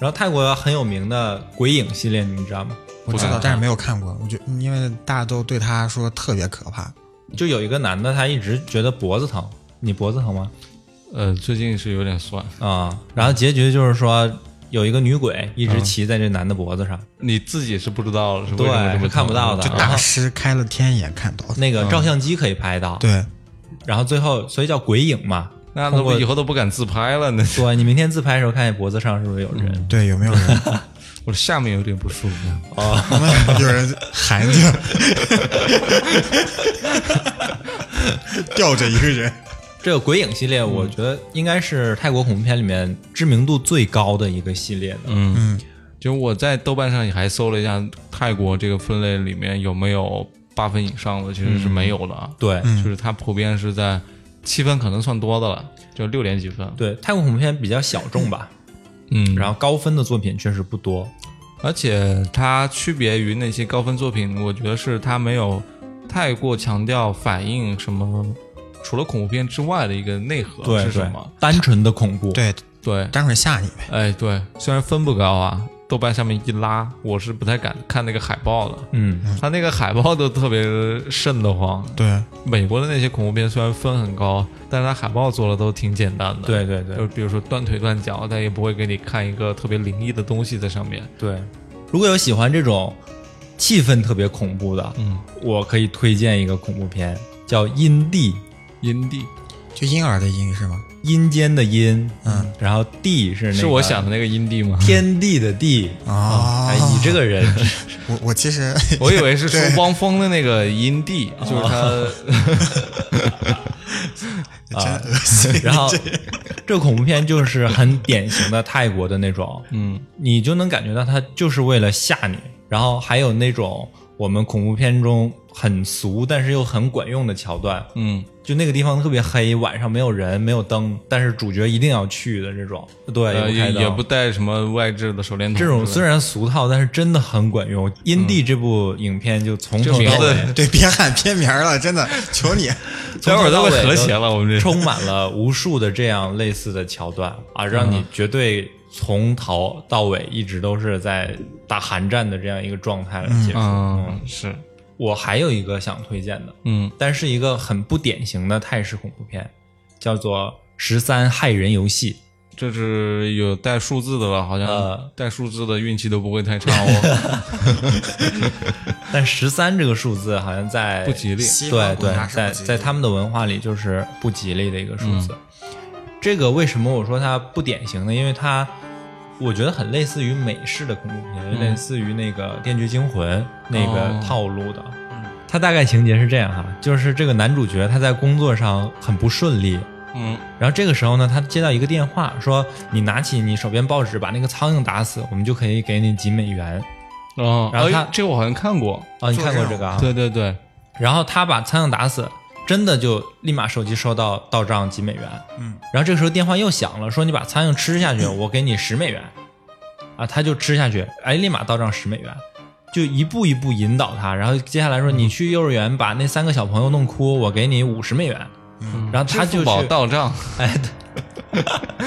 S2: 然后泰国很有名的鬼影系列，你们知道吗？
S4: 我知道，但是没有看过。我觉得因为大家都对他说特别可怕，
S3: 啊
S2: 就有一个男的，他一直觉得脖子疼，你脖子疼吗？
S3: 呃，最近是有点酸。
S2: 啊、然后结局就是说有一个女鬼一直骑在这男的脖子上，
S3: 你自己是不知道是为什
S2: 对
S3: 么这么
S2: 是看不到的
S3: 疼
S2: 然
S4: 大
S2: 后
S4: 师开了天眼看到的。
S2: 那个照相机可以拍到，
S4: 对，
S2: 然后最后所以叫鬼影嘛。
S3: 那
S2: 通
S3: 都
S2: 过
S3: 以后都不敢自拍了呢。
S2: 对，你明天自拍的时候看见脖子上是不是有人？
S4: 对，有没有人？
S3: 我下面有点不舒服，
S4: 有人含 着，吊着一个人。
S2: 这个鬼影系列，我觉得应该是泰国恐怖片里面知名度最高的一个系列的。嗯，
S3: 就我在豆瓣上也还搜了一下泰国这个分类里面有没有八分以上的，其实是没有的啊。
S2: 对、嗯
S3: 就是它普遍是在七分，可能算多的了，就六点几分。
S2: 对，泰国恐怖片比较小众吧，
S3: 嗯，
S2: 然后高分的作品确实不多。
S3: 而且它区别于那些高分作品，我觉得是它没有太过强调反映什么，除了恐怖片之外的一个内核
S2: 对
S3: 是
S2: 对
S3: 什么。
S2: 单纯的恐怖。，
S4: 对，
S3: 对，
S4: 单纯吓你呗。
S3: 哎对，虽然分不高啊，豆瓣上面一拉，我是不太敢看那个海报的。
S2: 嗯，
S3: 它那个海报都特别瘆得慌。
S2: 啊
S4: 对，
S3: 美国的那些恐怖片虽然分很高，但是它海报做的都挺简单的。，
S2: 对对对
S3: 就比如说断腿断脚，但也不会给你看一个特别灵异的东西在上面。
S2: 对。如果有喜欢这种气氛特别恐怖的，
S3: 嗯，
S2: 我可以推荐一个恐怖片，叫《阴地》。
S3: 阴地
S4: 就婴儿的婴是吗？
S2: 阴间的阴，嗯，然后地是那个
S3: 是我想的那个阴地吗？
S2: 天地的地
S4: 哦
S3: 啊
S2: 哎，你这个 人，
S4: 我我其 实
S3: 我以为是说汪峰的那个阴地，
S2: 哦
S3: 就是 他
S4: 真恶心。
S2: 啊 然后这个恐怖片就是很典型的泰国的那种，嗯，你就能感觉到它就是为了吓你。然后还有那种我们恐怖片中很俗但是又很管用的桥段，
S3: 嗯，
S2: 就那个地方特别黑，晚上没有人，没有灯，但是主角一定要去的这种，对，
S3: 呃
S2: 哎有开
S3: 也
S2: 灯
S3: 也不嗯带什么外置的手电筒之
S2: 这
S3: 类的。
S2: 种虽然俗套，但是真的很管用。《阴地》这部影片就从
S3: 嗯这
S2: 头
S3: 名
S2: 到尾
S3: 字，
S4: 对，别喊片名儿了，真的，求你。
S2: 从
S3: 待
S2: 头
S3: 会儿
S2: 到
S3: 都
S2: 尾
S3: 会
S2: 都
S3: 和谐了，我们这
S2: 充满了无数的这样类似的桥段 啊，让
S3: 嗯
S2: 你绝对从头到尾一直都是在打寒战的这样一个状态来结束。
S3: 嗯是
S2: 我还有一个想推荐的，
S3: 嗯
S2: 但是一个很不典型的泰式恐怖片，叫做《十三害人游戏》。
S3: 这是有带数字的了，好像
S2: 呃
S3: 带数字的运气都不会太差 哦。
S2: 但十三这个数字好像在
S3: 不吉利
S4: 西
S2: 对
S4: 方国
S2: 对
S4: 家，是不
S2: 在
S4: 吉利
S2: 在他们的文化里就是不吉利的一个数字。
S3: 嗯
S2: 这个为什么我说它不典型呢？因为它我觉得很类似于美式的恐怖片，类似于那个《电锯惊魂》那
S3: 嗯哦嗯
S2: 个套路的。它大概情节是这样哈，就是这个男主角他在工作上很不顺利，
S3: 嗯
S2: 然后这个时候呢，他接到一个电话，说你拿起你手边报纸把那个苍蝇打死，我们就可以给你几美元
S3: 哦，
S2: 然后
S3: 哎
S2: 他
S3: 这个我好像看过，
S2: 啊、你看过
S4: 做任务
S2: 这个啊？
S3: 对对对，
S2: 然后他把苍蝇打死，真的就立马手机收到到账几美元。
S4: 嗯，
S2: 然后这个时候电话又响了，说你把苍蝇吃下去，我给你十美元。啊，他就吃下去，哎，立马到账十美元，就一步一步引导他。然后接下来说你去幼儿园把那三个小朋友弄哭，我给你五十美元。
S4: 嗯
S2: 然后他
S3: 支
S2: 就
S3: 付宝
S2: 去
S3: 到账，
S2: 哎，对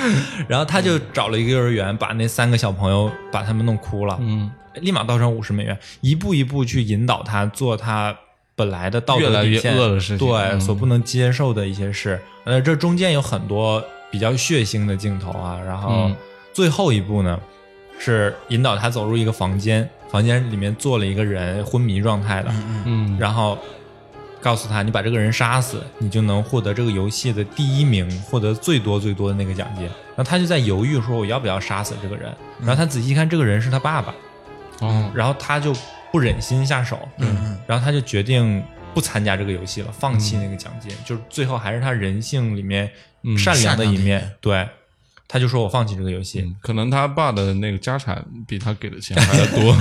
S2: 然后他就找了一个幼儿园，把那三个小朋友把他们弄哭了。
S3: 嗯，
S2: 立马到账五十美元，一步一步去引导他做他本来的道德
S3: 越来越
S2: 底线
S3: 恶的事情
S2: 对、
S3: 嗯
S2: 所不能接受的一些事。呃，这中间有很多比较血腥的镜头啊，然后
S3: 嗯
S2: 最后一步呢是引导他走入一个房间，房间里面坐了一个人昏迷状态的，
S3: 嗯，
S2: 然后告诉他你把这个人杀死，你就能获得这个游戏的第一名，获得最多最多的那个奖金。然后他就在犹豫说我要不要杀死这个人，然后他仔细一看，这个人是他爸爸。
S3: 哦，
S2: 然后他就不忍心下手，嗯，然后他就决定不参加这个游戏了，放弃那个奖金，就是最后还是他人性里面善良的一面，对，他就说我放弃这个游戏，
S3: 嗯可能他爸的那个家产比他给的钱还要多。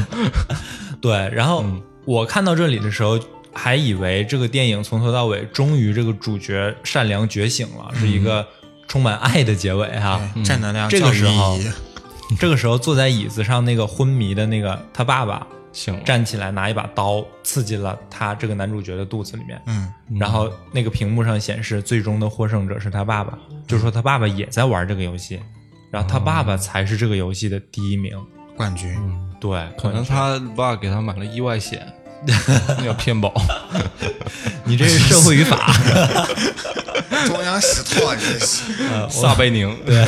S2: 对，然后我看到这里的时候。还以为这个电影从头到尾，终于这个主角善良觉醒了，是一个充满爱的结尾哈、
S4: 正能
S2: 嗯
S4: 量
S2: 这
S4: 教
S2: 个
S4: 育
S2: 时候
S4: 意义，
S2: 这个时候，坐在椅子上那个昏迷的那个他爸爸
S3: 行了，
S2: 站起来，拿一把刀刺进了他这个男主角的肚子里面。
S4: 嗯，
S2: 然后那个屏幕上显示最终的获胜者是他爸爸，就说他爸爸也在玩这个游戏，然后他爸爸才是这个游戏的第一名。
S4: 冠军。
S2: 对，
S3: 可能他爸给他买了意外险， 要骗保。
S2: 你这是社会语法，
S4: 中央十套，这 是
S3: 撒贝宁， 对，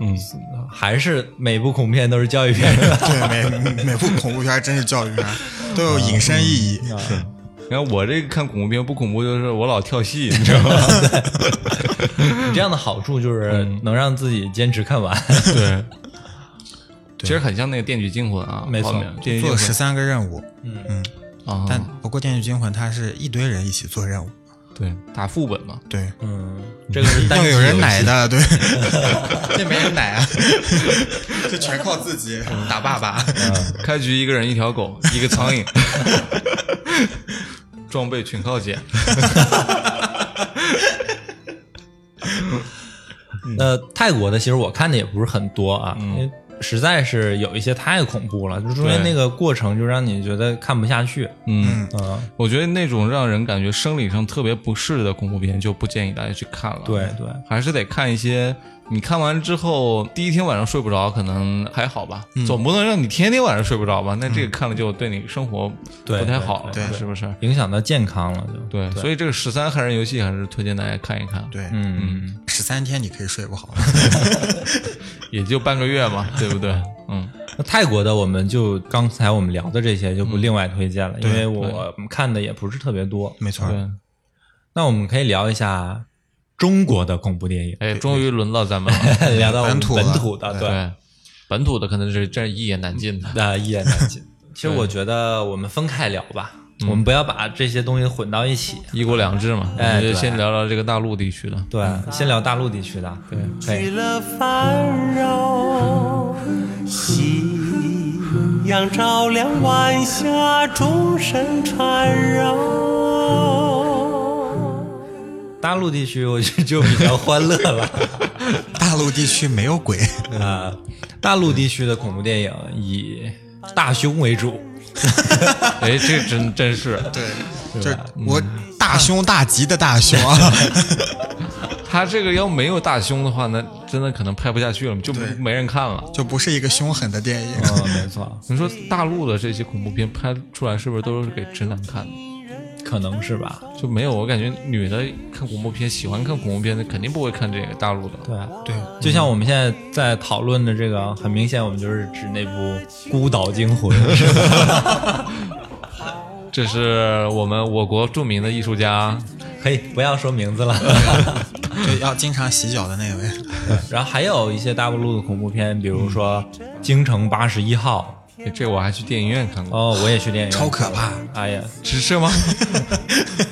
S3: 嗯，
S2: 还是每部恐怖片都是教育片？ 是吧
S4: 对每每部恐怖片儿真是教育片儿，都
S2: 啊
S4: 有引
S2: 嗯
S4: 申意义。
S3: 你看我这个看恐怖片不恐怖，就是我老跳戏，你知道吗？
S2: 你这样的好处就是能让自己坚持看完。
S3: 对，其实很像那个《电锯惊魂》啊，
S2: 没错
S3: 后面电锯惊
S4: 做了十
S3: 魂
S4: 三个任务，》
S2: 嗯
S3: 啊，
S4: 但不过《电锯惊魂》它是一堆人一起做任务，
S3: 对打副本嘛，
S4: 对，
S2: 嗯，这个是单
S4: 要
S2: 机
S4: 有人
S2: 游戏
S4: 奶的，对，这没人奶啊，这全靠自己
S2: 嗯
S3: 嗯
S4: 打爸爸。
S3: 开局一个人一条狗，一个 苍蝇，装备全靠捡。
S2: 呃，泰国的其实我看的也不是很多啊，因为实在是有一些太恐怖了，就中间
S3: 对
S2: 那个过程就让你觉得看不下去。
S3: 嗯，
S2: 嗯，
S3: 我觉得那种让人感觉生理上特别不适的恐怖片就不建议大家去看了。
S2: 对对。
S3: 还是得看一些。你看完之后，第一天晚上睡不着，可能还好吧，
S2: 嗯
S3: 总不能让你天天晚上睡不着吧？那这个看了就对你生活
S2: 对
S3: 不太好
S2: 嗯
S3: 了，
S2: 对
S4: 对
S3: 是不是？
S2: 影响到健康了就。
S3: 对，所以这个十三害人游戏还是推荐大家看一看，
S4: 对，
S2: 嗯，嗯，
S4: 十三天你可以睡不好，
S3: 也就半个月嘛， 对不对？嗯，
S2: 那泰国的我们就刚才我们聊的这些就不另外推荐了，因为我们看的也不是特别多。
S4: 没错。
S3: 对，
S2: 那我们可以聊一下中国的恐怖电影，
S3: 哎，终于轮到咱们了。
S2: 聊到我们
S4: 本土
S2: 哎本
S4: 了
S2: 土的， 对，
S3: 对，本土的可能是真是一言难尽的。
S2: 那一言难尽。其实我觉得我们分开聊吧，我们不要把这些东西混到一起。
S3: 一国两制嘛，我
S2: 哎
S3: 们就
S2: 对
S3: 先聊聊这个大陆地区的。
S2: 对，先聊大陆地区的，嗯对，
S5: 去了烦扰，夕阳照亮晚霞，钟声缠绕。
S2: 大陆地区我就就比较欢乐 了。
S4: 大陆地区没有鬼，
S2: 啊，大陆地区的恐怖电影以大胸为主，
S3: 哎，这真真是，对
S4: 就是我大凶大吉的大凶啊！
S3: 他这个要没有大胸的话，那真的可能拍不下去了，就没人看了。
S4: 就不是一个凶狠的电影。
S2: 嗯，没错，
S3: 你说大陆的这些恐怖片拍出来是不是都是给直男看的？
S2: 可能是吧。
S3: 就没有，我感觉女的看恐怖片，喜欢看恐怖片的肯定不会看这个大陆的。
S2: 对，
S4: 对，
S2: 就像我们现在在讨论的这个，很明显我们就是指那部《孤岛惊魂》 是吧，
S3: 这是我们我国著名的艺术家，
S2: 可以不要说名字了。
S4: 就要经常洗脚的那位，
S2: 然后还有一些大陆的恐怖片，比如说《京城八十一号
S3: 哎这我还去电影院看》，过。
S2: 哦，我也去电影院，
S4: 超可怕。
S2: 哎呀，
S3: 只 是吗？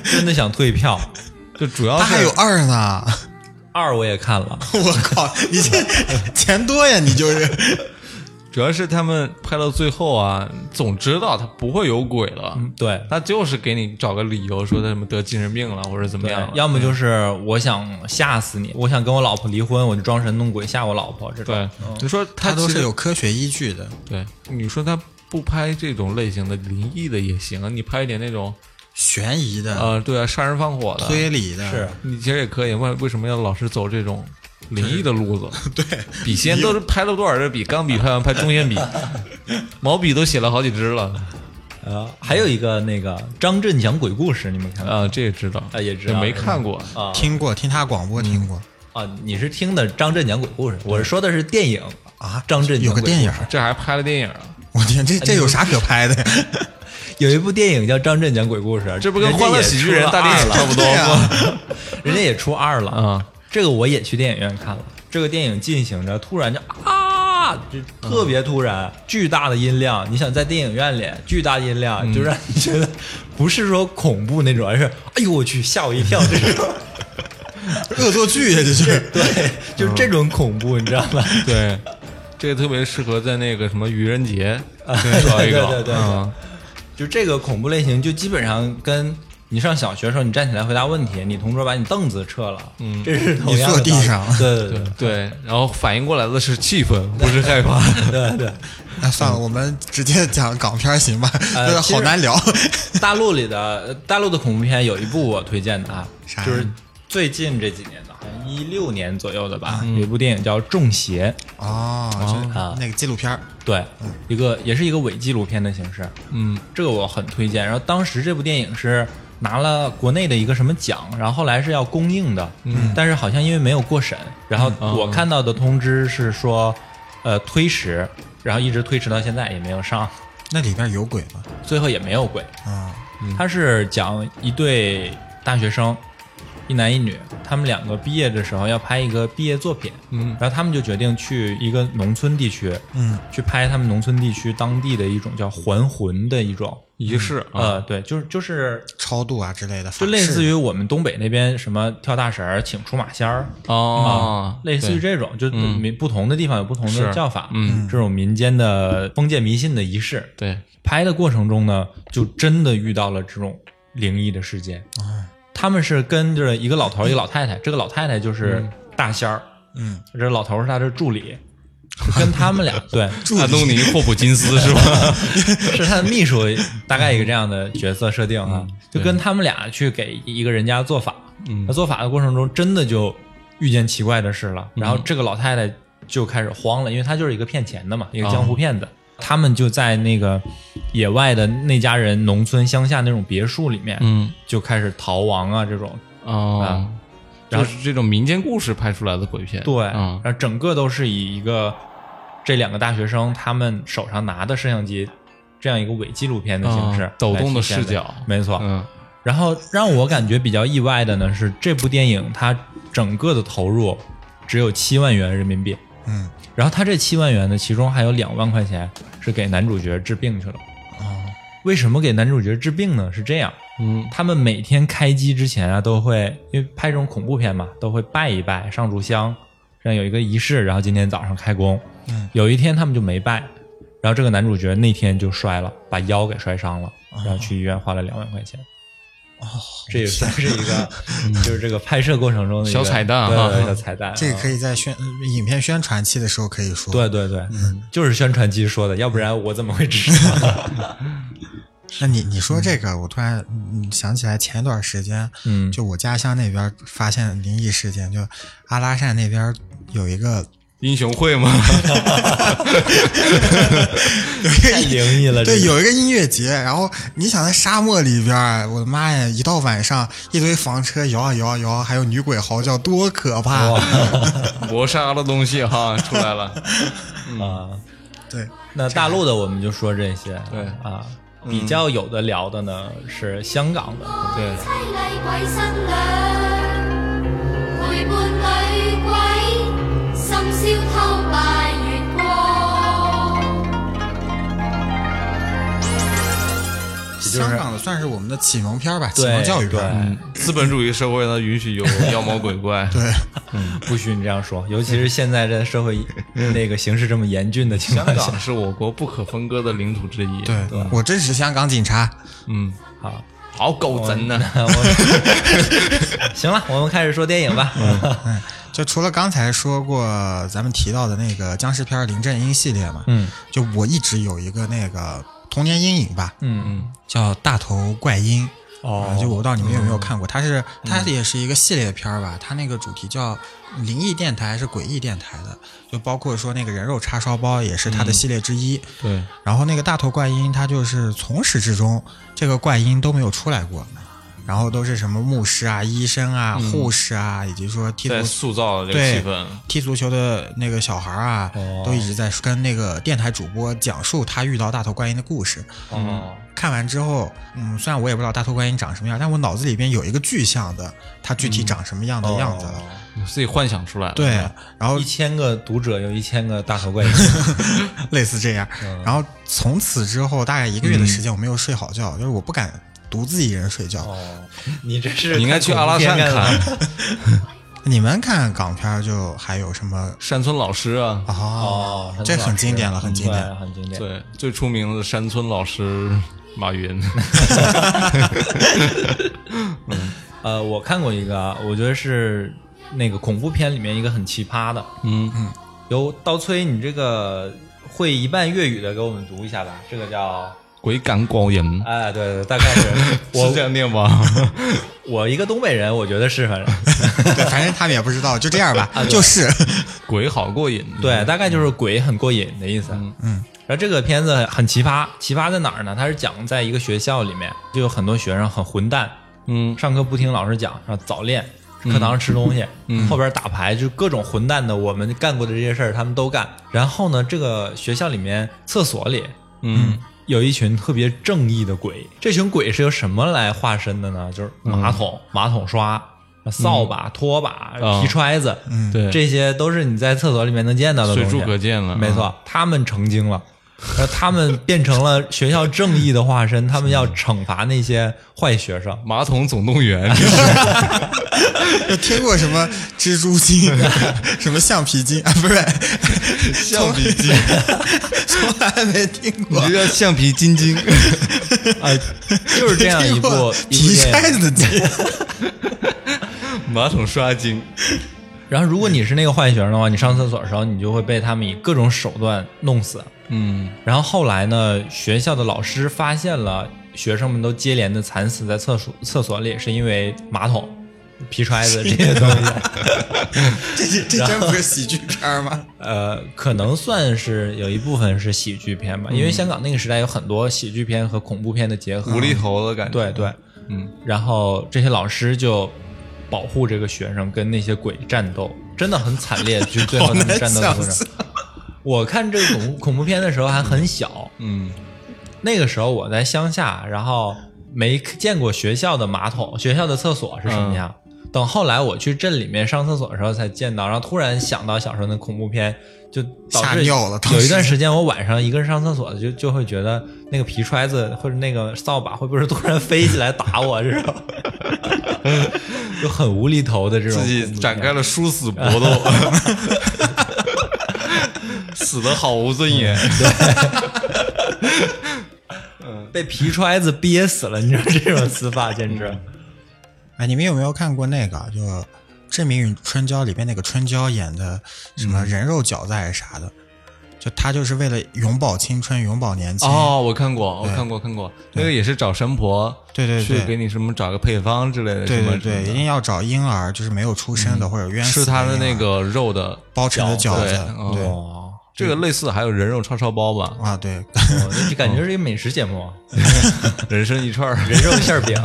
S2: 真的想退票。
S3: 就主要
S4: 他
S3: 是
S4: 还有二呢，
S2: 二我也看了，
S4: 我靠，你 这钱多呀，你就是。
S3: 主要是他们拍到最后啊，总知道他不会有鬼了，
S2: 对，
S3: 他就是给你找个理由说他什么得精神病了或者怎么
S2: 对
S3: 样，了。
S2: 要么就是我想吓死你，我想跟我老婆离婚，我就装神弄鬼吓我老婆这种。
S3: 对，你说
S4: 他
S3: 他
S4: 都
S3: 其
S4: 是
S3: 实
S4: 有科学依据的，
S3: 对，你说他不拍这种类型的灵异的也行，你拍一点那种
S4: 悬疑
S2: 嗯
S4: 的、
S3: 呃，对啊，杀人放火的，
S4: 推理的，
S2: 是
S3: 你其实也可以。为为什么要老是走这种灵异的 路子？
S4: 对，
S3: 笔仙都是拍了多少支笔？钢笔拍完拍 中线笔，毛笔都写了好几支了。
S2: 呃，还有一个那个张震讲鬼故事，你们看过
S3: 啊，这也知道
S2: 啊也知道
S3: 没看过。
S2: 啊
S4: 听过，听他广播听过
S2: 啊？你是听的张震讲鬼故事，我是说的是电影张震
S4: 有个电影，
S3: 这还拍了电影啊？
S4: 我天，这这有啥可拍的呀？
S2: 有一部电影叫《张震讲鬼故事》，
S3: 这不跟
S2: 人
S3: 《
S2: 家
S3: 欢乐
S2: 也
S3: 喜剧
S2: 出
S3: 人
S2: 了》
S3: 大电
S2: 二
S3: 影差
S2: 了，
S3: 不多吗？
S2: 人家也出二了
S3: 啊！
S2: 这个我也去电影院看了，这个电影进行着，突然就啊，就特别突然，巨大的音量，你想在电影院里巨大音量，就让你觉得不是说恐怖那种，而是哎呦我去吓我一跳这种。
S4: 恶作剧呀，这是。
S2: 对，就是这种恐怖，你知道吧？
S3: 对，这个特别适合在那个什么愚人节搞一搞。
S2: 啊对对对对
S3: 嗯
S2: 就这个恐怖类型，就基本上跟你上小学的时候，你站起来回答问题，你同桌把你凳子撤了，嗯，这是同样的
S4: 你坐地
S2: 道理
S4: 上
S2: 对对对
S3: 对，然后反应过来的是气愤，不是害怕。
S2: 对对。
S4: 那算了，我们直接讲港片儿行吧？
S2: 呃
S4: 对，
S2: 其实
S4: 好难聊。
S2: 大陆里的大陆的恐怖片有一部我推荐的啊，
S4: 啥呀
S2: 就是最近这几年的，好像一六年左右的吧，
S4: 嗯
S2: 有一部电影叫《中邪》，
S4: 哦，就是
S2: 啊
S4: 那个纪录片儿
S2: 对，一个也是一个伪纪录片的形式，
S3: 嗯，
S2: 这个我很推荐。然后当时这部电影是拿了国内的一个什么奖，然后后来是要公映的，嗯，但是好像因为没有过审，然后我看到的通知是说，呃，推迟，然后一直推迟到现在也没有上，
S4: 那里边有鬼吗？
S2: 最后也没有鬼。
S4: 啊，
S2: 它是讲一对大学生，一男一女，他们两个毕业的时候要拍一个毕业作品，
S3: 嗯
S2: 然后他们就决定去一个农村地区，
S4: 嗯，
S2: 去拍他们农村地区当地的一种叫还魂的一种。
S3: 仪式啊，
S2: 呃，对，就是就是
S4: 超度啊之类的，
S2: 就类似
S4: 于
S2: 于我们东北那边什么跳大神儿、请出马仙儿啊
S3: 哦，
S2: 嗯类似于
S3: 对嗯
S2: 这种，就民不同的地方有不同的
S3: 是
S2: 叫法，
S3: 嗯，
S2: 这种民间的封建迷信的仪式。
S3: 对，
S2: 拍的过程中呢，就真的遇到了这种灵异的事件。他们是跟着一个老头儿一个老太太，这个老太太就是大仙儿，
S4: 嗯，
S2: 这老头儿是他的助理，是跟他们俩对，
S3: 安东尼·霍普金斯是吧？
S2: 是他的秘书，大概一个这样的角色设定啊，
S3: 嗯
S2: 就跟他们俩去给一个人家做法，那做法的过程中真的就遇见奇怪的事了，
S3: 嗯
S2: 然后这个老太太就开始慌了，因为她就是一个骗钱的嘛，
S3: 哦
S2: 一个江湖骗子。他们就在那个野外的那家人农村乡下那种别墅里面，
S3: 嗯，
S2: 就开始逃亡啊，这种
S3: 哦，
S2: 然
S3: 就
S2: 后
S3: 是这种民间故事拍出来的鬼片，
S2: 对，
S3: 嗯
S2: 然后整个都是以一个这两个大学生他们手上拿的摄像机这样一个伪纪录片的形式
S3: 嗯抖
S2: 来
S3: 动的
S2: 体现
S3: 视角
S2: 没错，
S3: 嗯，
S2: 然后让我感觉比较意外的呢是，这部电影它整个的投入只有七万元人民币，
S4: 嗯，
S2: 然后他这七万元呢，其中还有两万块钱是给男主角治病去了。
S4: 哦
S2: 为什么给男主角治病呢？是这样，
S3: 嗯，
S2: 他们每天开机之前啊，都会因为拍这种恐怖片嘛，都会拜一拜上炷香，这样有一个仪式，然后今天早上开工。
S4: 嗯，
S2: 有一天他们就没拜，然后这个男主角那天就摔了，把腰给摔伤了，
S4: 哦
S2: 然后去医院花了两万块钱。哦，这也算是一个，就是这个拍摄过程中的一个
S3: 小彩蛋
S2: 对
S3: 哈
S2: 对小彩蛋，
S4: 嗯这个
S2: 啊
S4: 可以在宣呃影片宣传期的时候可以说。，
S2: 对对对，
S3: 嗯
S2: 就是宣传期说的，要不然我怎么会知道？
S4: 那你你说这个，我突然嗯想起来前一段时间，
S2: 嗯
S4: 就我家乡那边发现灵异事件，就阿拉善那边有一个
S3: 英雄会吗？
S2: 太灵异了，
S4: 对，
S2: 呃这个
S4: 有一个音乐节，然后你想在沙漠里边儿，我的妈呀！一到晚上，一堆房车摇啊摇啊摇啊，还有女鬼嚎叫，多可怕！
S3: 磨砂的东西哈出来了，
S2: 啊。
S4: 对，
S2: 那大陆的我们就说这些，
S3: 对嗯
S2: 啊，比较有的聊的呢是香港的，
S3: 对，
S6: 凄厉鬼新娘，陪伴女鬼，深宵偷拜月光。
S4: 香港的算是我们的启蒙片儿吧，启蒙教育片
S2: 对
S4: 儿。，
S3: 资本主义社会呢允许有妖魔鬼怪，
S4: 对，
S2: 不许你这样说，尤其是现在这社会那个形势这么严峻的情
S3: 香
S2: 况下
S3: 港是我国不可分割的领土之一。
S4: 嗯对，我支持香港警察。
S3: 嗯，
S2: 啊，
S3: 好狗贼呢，
S2: 那我行了，我们 开始说电影吧。
S3: 嗯
S4: 就除了刚才说过咱们提到的那个僵尸片儿林正英系列嘛，
S2: 嗯
S4: 就我一直有一个那个童年阴影吧，
S2: 嗯嗯，
S4: 叫《大头怪婴》。
S2: 哦嗯
S4: 啊就我不知道你们有没有看过，它是它也是一个系列片儿吧，它那个主题叫灵异电台还是诡异电台的，就包括说那个人肉叉烧包也是它
S2: 嗯
S4: 的系列之一。
S3: 对，
S4: 然后那个大头怪婴，它就是从始至终这个怪婴都没有出来过，然后都是什么牧师啊、医生啊、
S2: 嗯
S4: 护士啊，以及说剃
S3: 在
S4: 头
S3: 塑造这个
S4: 对
S3: 气氛，
S4: 踢足球的那个小孩儿啊，
S2: 哦
S4: 都一直在跟那个电台主播讲述他遇到大头观音的故事。
S2: 哦，
S4: 看完之后，嗯，虽然我也不知道大头观音长什么样，但我脑子里边有一个具象的，他具体长什么样的样子
S3: 啊
S4: 了。
S3: 自己幻想出来的。
S4: 对，然后
S2: 哦一千个读者有一千个大头怪婴，
S4: 类似这样，
S2: 嗯
S4: 然后从此之后大概一个月的时间，我没有睡好觉，就是我不敢独自一人睡觉。
S2: 哦， 你这是
S3: 你应该去阿拉善
S2: 看恐怖片
S3: 看
S2: 的
S4: 你们看港片儿就还有什么
S3: 山村老师啊，
S4: 啊？
S2: 哦，
S4: 这很经典了，很经典
S2: 对。很经典。
S3: 对，最出名的山村老师马云，
S2: 呃，我看过一个，我觉得是那个恐怖片里面一个很奇葩的。
S3: 嗯
S2: 嗯，由刀崔，你这个会一半粤语的给我们读一下吧。这个叫
S3: 鬼敢光人
S2: 哎，对对，大概是
S3: 是这
S2: 我
S3: 样念吧？
S2: 我一个东北人，我觉得是反正
S4: 对，反正他们也不知道，就这 样
S2: 啊
S4: 吧，就是。
S3: 鬼好过瘾，
S2: 对，大概就是鬼很过瘾的意思。
S4: 嗯，
S2: 然后这个片子很奇葩，奇葩在哪儿呢？它是讲在一个学校里面，就有很多学生很混蛋，
S3: 嗯
S2: 上课不听老师讲，然后早恋，课堂上吃东西，
S3: 嗯
S2: 后边打牌，就各种混蛋的，我们干过的这些事儿他们都干。然后呢，这个学校里面厕所里
S3: 嗯，
S2: 有一群特别正义的鬼，这群鬼是由什么来化身的呢？就是马桶、
S3: 嗯
S2: 马桶刷、扫把、拖把、
S3: 啊
S2: 皮揣子，
S4: 嗯
S3: 对，
S2: 这些都是你在厕所里面能见到的东
S3: 随
S2: 西，
S3: 处可见了，嗯
S2: 没错，他们成精了， 然后他们变成了学校正义的化身，他们要惩罚那些坏学生。
S3: 马桶总动员，
S4: 有听过什么蜘蛛精、 什么橡皮筋啊？不是 橡皮筋， 从来没听过。
S3: 叫橡皮筋筋，
S2: 啊，就是这样一
S4: 哎听
S2: 部
S4: 过
S2: 一部
S4: 皮
S2: 电
S4: 揣
S2: 影。
S4: 子的筋，
S3: 马桶刷筋，
S2: 然后，如果你是那个坏学生的话，你上厕所的时候，你就会被他们以各种手段弄死。
S3: 嗯
S2: 然后后来呢，学校的老师发现了学生们都接连的惨死在厕所厕所里，是因为马桶、皮揣子这些东 西。
S4: 这这这真不是喜剧片儿吗？
S2: 呃，可能算是有一部分是喜剧片吧，因
S4: 嗯
S2: 为香港那个时代有很多喜剧片和恐怖片的结合。
S3: 无厘头的感觉，
S2: 嗯对对，
S3: 嗯，
S2: 然后这些老师就保护这个学生跟那些鬼战斗，真的很惨烈，就是最后他们战斗的过
S4: 好难想
S2: 程。我看这个恐怖恐怖片的时候还很小，
S3: 嗯
S2: 那个时候我在乡下，然后没见过学校的马桶、学校的厕所是什
S4: 嗯
S2: 么样。等后来我去镇里面上厕所的时候才见到，然后突然想到小时候那恐怖片，就导
S4: 吓
S2: 致
S4: 尿了当时
S2: 有一段时间我晚上一个人上厕所，就就会觉得那个皮揣子或者那个扫把会不会突然飞起来打我这种， 就很无厘头的这种
S3: 自
S2: 恐怖片。
S3: 己展开了殊死搏斗， 死的好无尊严。
S2: 被皮揣子憋死了，你知道这种死法简直。
S4: 哎，你们有没有看过那个就《志明与春娇》里边那个春娇演的什么人肉饺子还是啥的？就她就是为了永葆青春、永葆年轻。
S3: 哦，我看过，我
S4: 对
S3: 看过，看过，那个也是找神婆，
S4: 对对对
S3: 去给你什么找个配方之类的，
S4: 对
S3: 什
S4: 对
S3: 么
S4: 对，
S3: 什
S4: 一
S3: 么
S4: 定要找婴儿，就是没有出生嗯的或者冤
S3: 的吃
S4: 死
S3: 他的
S4: 婴儿
S3: 那个肉的。
S4: 包成的饺
S3: 对
S4: 子，
S3: 哦
S4: 对
S2: 哦，
S3: 这个类似还有人肉叉烧包吧，
S4: 啊对，
S2: 这哦感觉是一个美食节目，
S3: 人参一串儿，
S2: 人肉馅儿 饼。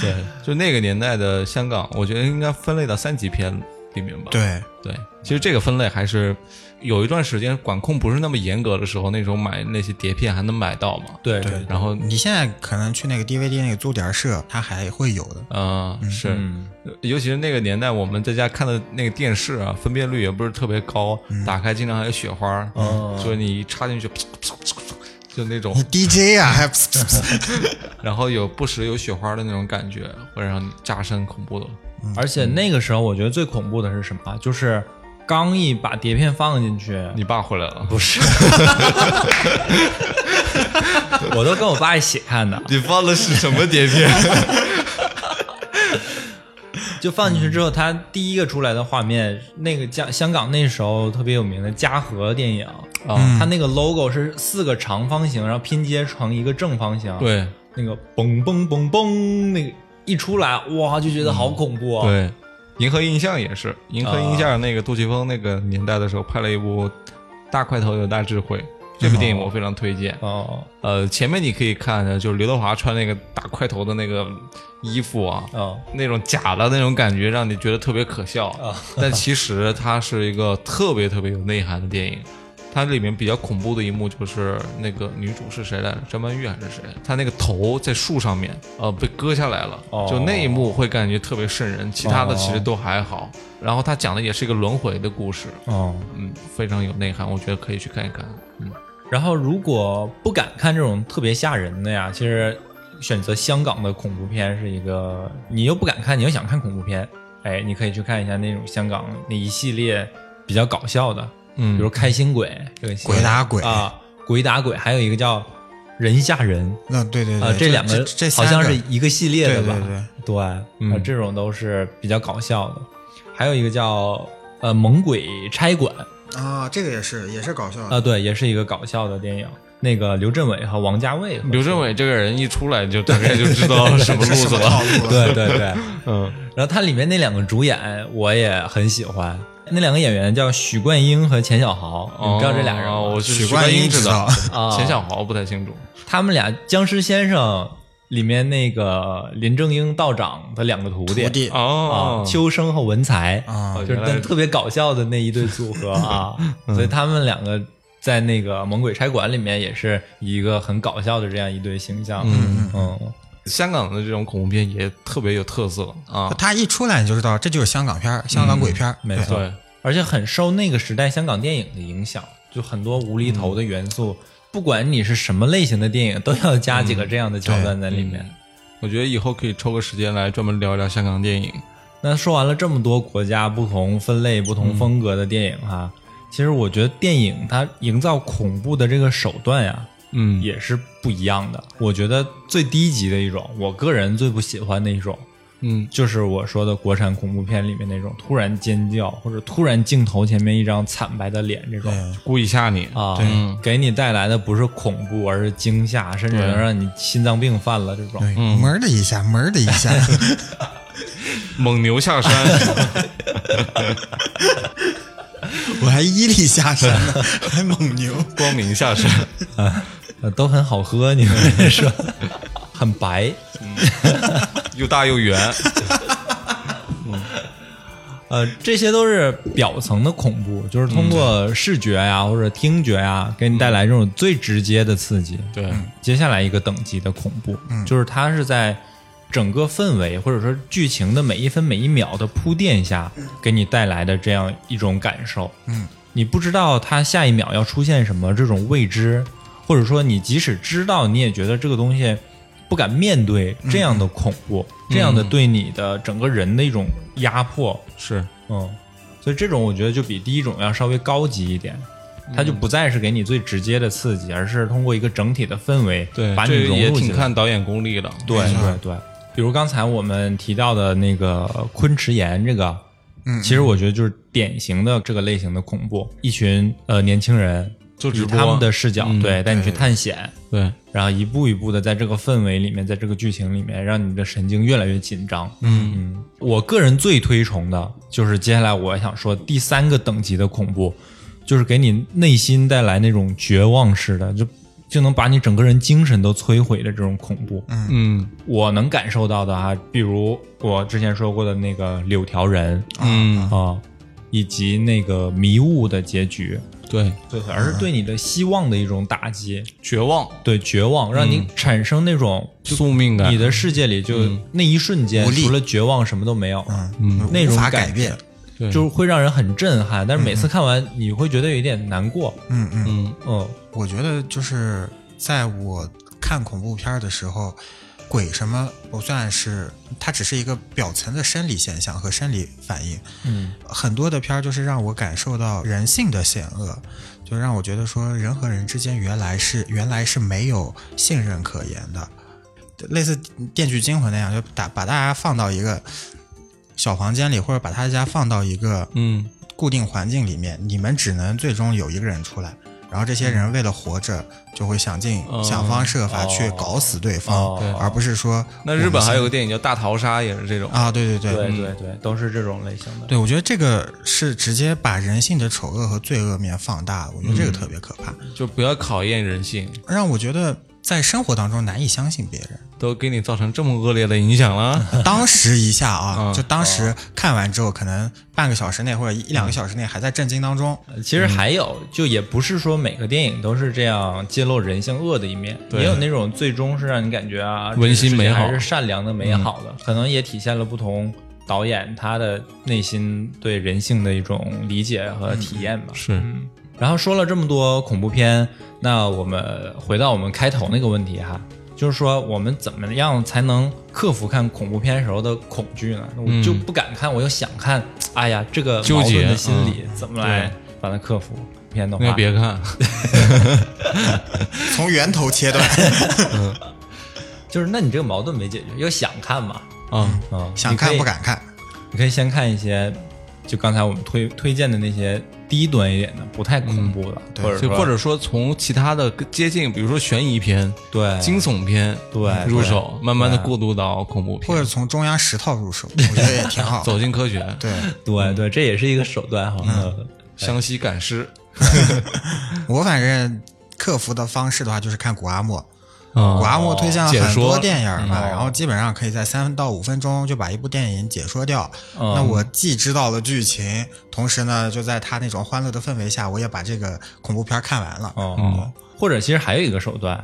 S2: 对，
S3: 就那个年代的香港，我觉得应该分类到三级片里面吧。
S4: 对
S3: 对，其实这个分类还是有一段时间管控不是那么严格的时候，那时候买那些碟片还能买到嘛。
S2: 对对
S3: 然后
S4: 你现在可能去那个 DVD 那个租碟儿社，它还会有的。
S3: 啊、是，尤其是那个年代，我们在家看的那个电视啊，分辨率也不是特别高，打开经常还有雪花，
S2: 哦
S3: 所以你一插进去，噗噗噗噗就那种
S4: 你，DJ 啊，还 噗噗噗
S3: 然后有不时有雪花的那种感觉，会让你加深恐怖的。
S2: 而且那个时候我觉得最恐怖的是什么啊？就是刚一把碟片放进去，
S3: 你爸回来了，
S2: 不是，我都跟我爸一起看的，
S3: 你放的是什么碟片？
S2: 就放进去之后，它第一个出来的画面，那个香香港那时候特别有名的嘉禾电影
S3: 嗯
S2: 啊，它那个 logo 是四个长方形，然后拼接成一个正方形，，
S3: 对
S2: 那个嘣嘣嘣嘣，那个一出来，哇，就觉得好恐怖、哦。
S3: 对，银河印象也是，银河印象那个杜琪峰那个年代的时候拍了一部《大块头有大智慧》，这部电影我非常推荐。
S2: 哦
S3: 呃，前面你可以看，就是刘德华穿那个大块头的那个衣服啊，
S2: 哦
S3: 那种假的那种感觉，让你觉得特别可笑。
S4: 啊
S3: 但其实它是一个特别特别有内涵的电影。它里面比较恐怖的一幕就是那个女主是谁来着？张曼玉还是谁？她那个头在树上面，呃，被割下来了。
S2: 哦
S3: 就那一幕会感觉特别瘆人，其他
S4: 哦
S3: 的其实都还好。然后它讲的也是一个轮回的故事，
S2: 哦。
S3: 嗯，非常有内涵，我觉得可以去看一看。嗯，
S2: 然后如果不敢看这种特别吓人的呀，其实选择香港的恐怖片是一个，你又不敢看，你又想看恐怖片，哎，你可以去看一下那种香港那一系列比较搞笑的，
S3: 嗯
S2: 比如开心鬼这个系列
S4: 鬼打鬼
S2: 啊，鬼打鬼，还有一个叫人吓人。
S4: 那对对对，
S2: 啊，
S4: 这
S2: 两个
S4: 这这
S2: 好
S4: 三
S2: 像
S4: 个
S2: 是一个系列的吧？
S4: 对对
S2: 对
S3: 嗯
S2: 啊，这种都是比较搞笑的。还有一个叫呃《猛鬼差馆》
S4: 啊，这个也是也是搞笑的。
S2: 啊，对，也是一个搞笑的电影。那个刘镇伟和王家卫，
S4: 嗯
S3: 刘镇伟这个人一出来就大概就知道什么路
S4: 这是
S3: 子
S4: 什么
S3: 了
S4: 套。路啊？
S2: 对对对。
S3: 嗯，
S2: 然后它里面那两个主演我也很喜欢，那两个演员叫许冠英和钱小豪，你知道这俩人吗？
S3: 哦我是
S4: 许
S3: 许
S4: 冠
S3: 冠
S4: 英
S3: 英知道
S4: 知，
S2: 啊
S3: 钱小豪不太清楚。
S2: 他们俩《僵尸先生》里面那个林正英道长的两个徒弟，
S4: 徒弟
S2: 啊，
S3: 哦，
S2: 秋生和文才
S4: 啊
S2: 就是
S3: 原来嗯
S2: 那特别搞笑的那一对组合 啊，所以他们两个在那个《猛鬼差馆》里面也是一个很搞笑的这样一对形象。嗯嗯，
S3: 香港的这种恐怖片也特别有特色啊。
S4: 他一出来你就知道这就是香港片儿，香港鬼片儿。
S2: 嗯没
S4: 对
S2: 错，而且很受那个时代香港电影的影响，就很多无厘头的元素，不管你是什么类型的电影，都要加几个这样的桥段在里面。
S3: 嗯我觉得以后可以抽个时间来专门聊一聊香港电影。
S2: 那说完了这么多国家不同分类、不同风格的电影哈、其实我觉得电影它营造恐怖的这个手段呀、
S3: 嗯
S2: 也是不一样的。我觉得最低级的一种，我个人最不喜欢的一种，
S3: 嗯，
S2: 就是我说的国产恐怖片里面那种突然尖叫或者突然镜头前面一张惨白的脸这种。
S3: 故意吓你。
S2: 啊，给你带来的不是恐怖，而是惊吓，甚至能让你心脏病犯了这种。
S4: 对，门儿的一下，门儿的一 下，
S3: 蒙牛下山，
S4: 我还伊利下山呢， 还蒙牛。
S3: 光明下山。
S2: 呃都很好喝，你们说，很白。
S3: 又大又圆。
S2: 呃，这些都是表层的恐怖，就是通过视觉呀、或者听觉呀，给你带来这种最直接的刺激。
S3: 对，
S2: 接下来一个等级的恐怖，就是它是在整个氛围或者说剧情的每一分每一秒的铺垫下，给你带来的这样一种感受。嗯，你不知道它下一秒要出现什么这种未知，或者说你即使知道，你也觉得这个东西不敢面对这样的恐怖，这样的对你的整个人的一种压迫。
S3: 是
S2: 嗯，所以这种我觉得就比第一种要稍微高级一点，
S3: 嗯
S2: 它就不再是给你最直接的刺激，而是通过一个整体的氛围，
S3: 对，
S2: 把你
S3: 这个
S2: 融
S3: 也
S2: 入
S3: 挺
S2: 进来。
S3: 看导演功力的。
S2: 对对对，比如刚才我们提到的那个昆池岩这个，嗯，其实我觉得就是典型的这个类型的恐怖，一群呃年轻人
S3: 做直
S2: 以
S3: 播
S2: 他们的视角，
S3: 嗯
S2: 对，带你去探险。
S3: 对，
S2: 然后一步一步的在这个氛围里面，在这个剧情里面，让你的神经越来越紧张。嗯嗯，我个人最推崇的就是接下来我想说第三个等级的恐怖，就是给你内心带来那种绝望式的，就就能把你整个人精神都摧毁的这种恐怖。嗯，
S3: 嗯
S2: 我能感受到的啊，比如我之前说过的那个柳条人啊、
S3: 嗯，
S2: 以及那个迷雾的结局，
S3: 对，
S2: 对，而是对你的希望的一种打击。嗯
S3: 绝望、
S2: 对绝望，让你产生那种就
S3: 宿命感
S2: 你，的世界里就那一瞬间
S4: 无，力
S2: 除了绝望什么都没有，
S4: 嗯
S2: 那种
S4: 无法
S2: 感
S4: 改变，
S3: 对
S2: 就是会让人很震撼。但是每次看完，你会觉得有一点难过。
S4: 嗯嗯。
S3: 嗯
S2: 嗯，
S4: 我觉得就是在我看恐怖片儿的时候，鬼什么不算是，它只是一个表层的生理现象和生理反应。
S2: 嗯，
S4: 很多的片儿就是让我感受到人性的险恶，就让我觉得说人和人之间原来是原来是没有信任可言的，类似《电锯惊魂》那样，就打把大家放到一个小房间里，或者把大家放到一个
S3: 嗯
S4: 固定环境里面，你们只能最终有一个人出来，然后这些人为了活着，就会想尽、
S3: 嗯
S4: 想方设法去搞死对方，
S2: 哦对
S4: 而不是说
S3: 那日本还有个
S4: 我们
S3: 电影叫《大逃杀》，也是这种
S4: 先。啊，对对对
S2: 对对对，都是这种类型的。
S4: 对我觉得这个是直接把人性的丑恶和罪恶面放大了，我觉
S3: 嗯
S4: 得这个特别可怕，
S3: 就不要考验 人性，
S4: 让我觉得在生活当中难以相信别人。
S3: 都给你造成这么恶劣的影 响了。
S4: 当时一下啊，
S3: 嗯
S4: 就当时看完之后，可能半个小时内或者一
S3: 嗯
S4: 两个小时内还在震惊当中，
S2: 其实还有，就也不是说每个电影都是这样揭露人性恶的一面，
S3: 对
S2: 也有那种最终是让你感觉啊，
S3: 温馨
S2: 这个世界
S3: 美好嗯
S2: 还是善良的、美好的，可能也体现了不同导演他的内心对人性的一种理解和体验吧。
S3: 嗯是，
S2: 然后说了这么多恐怖片，那我们回到我们开头那个问题哈，就是说我们怎么样才能克服看恐怖片时候的恐惧呢？我就不敢看，我又想看，哎呀，这个
S3: 纠
S2: 矛
S3: 结
S2: 盾的心理、怎么来把它克服？片的
S3: 那
S2: 话，
S3: 别看，
S4: 从源头切 断，
S2: 就是那你这个矛盾没解决，又想看嘛，
S3: 嗯，
S2: 嗯，
S4: 想看
S2: 你可以
S4: 不，敢看。
S2: 你可以先看一些，就刚才我们推推荐的那些低端一点的，不太恐怖的，
S4: 对
S2: 或者
S3: 就
S2: 说
S3: 或者说从其他的更接近，比如说悬疑片、
S2: 对
S3: 惊悚片
S2: 对
S3: 入手，慢慢的过渡到恐怖
S4: 或
S3: 片
S4: 者，从中央十套入手，我觉得也挺 好。
S3: 走进科学，
S4: 对
S2: 对对，这也是一个手段哈。嗯
S3: 湘西赶尸
S4: 我反正克服的方式的话，就是看古阿莫。
S3: 啊
S4: 古
S2: 嗯
S4: 阿莫推荐了
S3: 解
S4: 很
S3: 说
S4: 多电影嘛，然后基本上可以在三到五分钟就把一部电影解说掉。那我既知道了剧情，同时呢，就在他那种欢乐的氛围下，我也把这个恐怖片看完了。
S2: 哦、或者其实还有一个手段，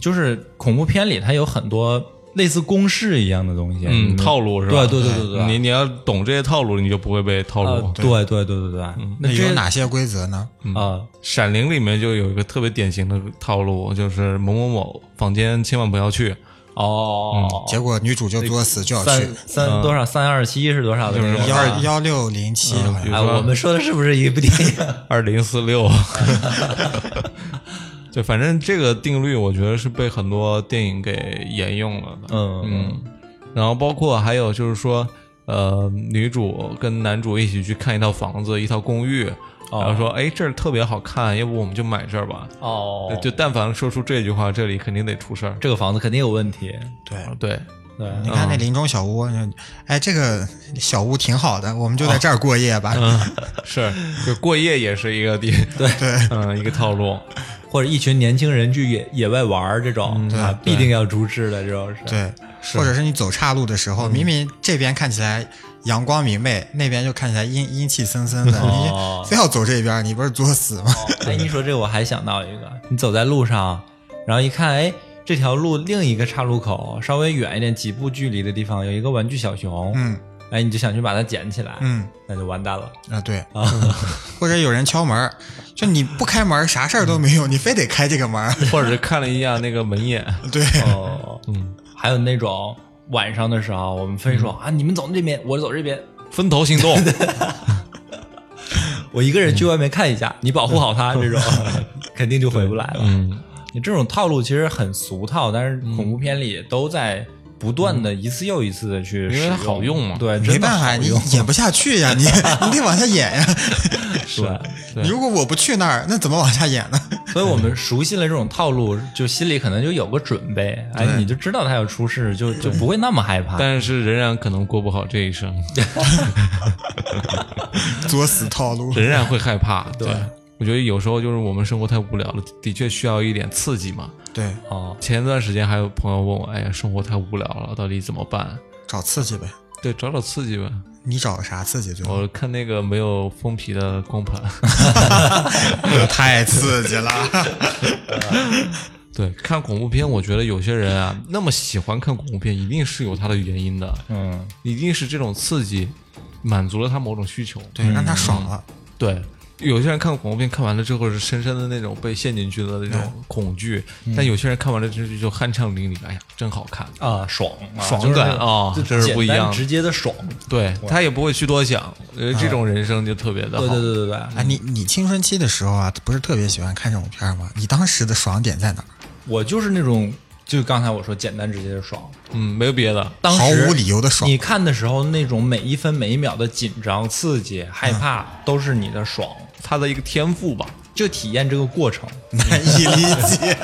S2: 就是恐怖片里它有很多类似公式一样的东西，你
S3: 嗯，
S2: 们
S3: 套路是吧？
S2: 对对对对对
S3: 你你要懂这些套路，你就不会被套
S2: 呃
S3: 路。
S2: 对对对对对，那
S4: 那
S2: 这
S4: 有哪些规则呢？
S2: 啊？
S3: 闪灵》里面就有一个特别典型的套路，就是某某某房间千万不要去，
S2: 哦，
S4: 结果女主就作死就要去
S2: 三三多少三二七是多少的那个？
S4: 幺二幺六零七，好像
S3: 比如
S2: 哎，
S3: 说
S2: 我们说的是不是一部电影？
S3: 二零四六。 对，反正这个定律，我觉得是被很多电影给沿用了的。
S2: 嗯
S3: 嗯，然后包括还有就是说，呃，女主跟男主一起去看一套房子，一套公寓，然后说，哎，这儿特别好看，要不我们就买这儿吧。
S2: 哦，
S3: 就但凡说出这句话，这里肯定得出事儿。
S2: 这个房子肯定有问题。
S4: 对。
S3: 对，
S2: 对，
S4: 你看那林中小屋，哎，这个小屋挺好的，我们就在这儿过夜吧。嗯，
S3: 是就过夜也是一个地，对，嗯，一个 套路。
S2: 或者一群年轻人去野野外玩儿这种啊，必定要阻止的这种是。
S4: 对，或者是你走岔路的时候，明明这边看起来阳光明媚，那边就看起来阴阴气森森的，
S2: 哦
S4: 你非要走这边，你不是作死吗？
S2: 哎，你说这我还想到一个，你走在路上，然后一看，哎，这条路另一个岔路口稍微远一点几步距离的地方有一个玩具小熊，
S4: 嗯，
S2: 哎，你就想去把它捡起来，
S4: 嗯，
S2: 那就完蛋了。
S4: 啊，对，或者有人敲门儿，就你不开门儿啥事儿都没有，你非得开这个门儿，
S3: 或者是看了一下那个门眼，
S4: 对，
S2: 哦，嗯，还有那种晚上的时候，我们非说、啊，你们走那边，我走这边，
S3: 嗯分头行动，
S2: 我一个人去外面看一下，你保护好它，这 种肯定就回不来了。
S3: 嗯，
S2: 你这种套路其实很俗套，但是恐怖片里都在不断的一次又一次的去使，
S3: 因为它好用嘛
S2: 对，
S4: 没
S2: 真的
S4: 办法，
S2: 好
S4: 你
S2: 用
S4: 演不下去呀，你你得往下演呀。
S2: 对，
S3: 对
S4: 你如果我不去那儿，那怎么往下演呢？
S2: 所以我们熟悉了这种套路，就心里可能就有个准备，哎，你就知道它要出事，就就不会那么害怕。
S3: 但是仍然可能过不好这一生，
S4: 作死套 路，
S3: 仍然会害怕。对，我觉得有时候就是我们生活太无聊了，的确需要一点刺激嘛。
S4: 对，
S2: 哦，
S3: 前段时间还有朋友问我，哎呀，生活太无聊了，到底怎么办？
S4: 找刺激呗。
S3: 对，找找刺激呗。
S4: 你找个啥刺激最后？
S3: 我看那个没有封皮的光盘，
S4: 太刺激了！
S3: 对，看恐怖片，我觉得有些人啊，那么喜欢看恐怖片，一定是有他的原因的，
S2: 嗯，
S3: 一定是这种刺激满足了他某种需求。
S4: 对，让他爽了。
S3: 对，有些人看恐怖片看完了之后是深深的那种被陷进去的那种恐惧，但有些人看完了之后就酣畅淋漓，哎呀，真好看。
S2: 啊，爽啊
S3: 爽感啊
S2: 就是
S3: 这是不一样
S2: 简
S3: 啊
S2: 单直接的爽。
S3: 对他也不会去多想，呃，这种人生就特别的好。
S2: 对对对对对，
S4: 哎，你你青春期的时候啊，不是特别喜欢看这种片儿吗？你当时的爽点在哪儿？
S2: 我就是那种，就刚才我说简单直接的爽，
S3: 嗯，没有别的，
S2: 当时
S4: 毫无理由的爽
S2: 你看的时候，那种每一分每一秒的紧张、刺激、害
S3: 嗯
S2: 怕，都是你的爽，
S3: 他的一个天赋吧。
S2: 就体验这个过程。
S3: 嗯
S4: 难以理
S2: 嗯
S4: 解。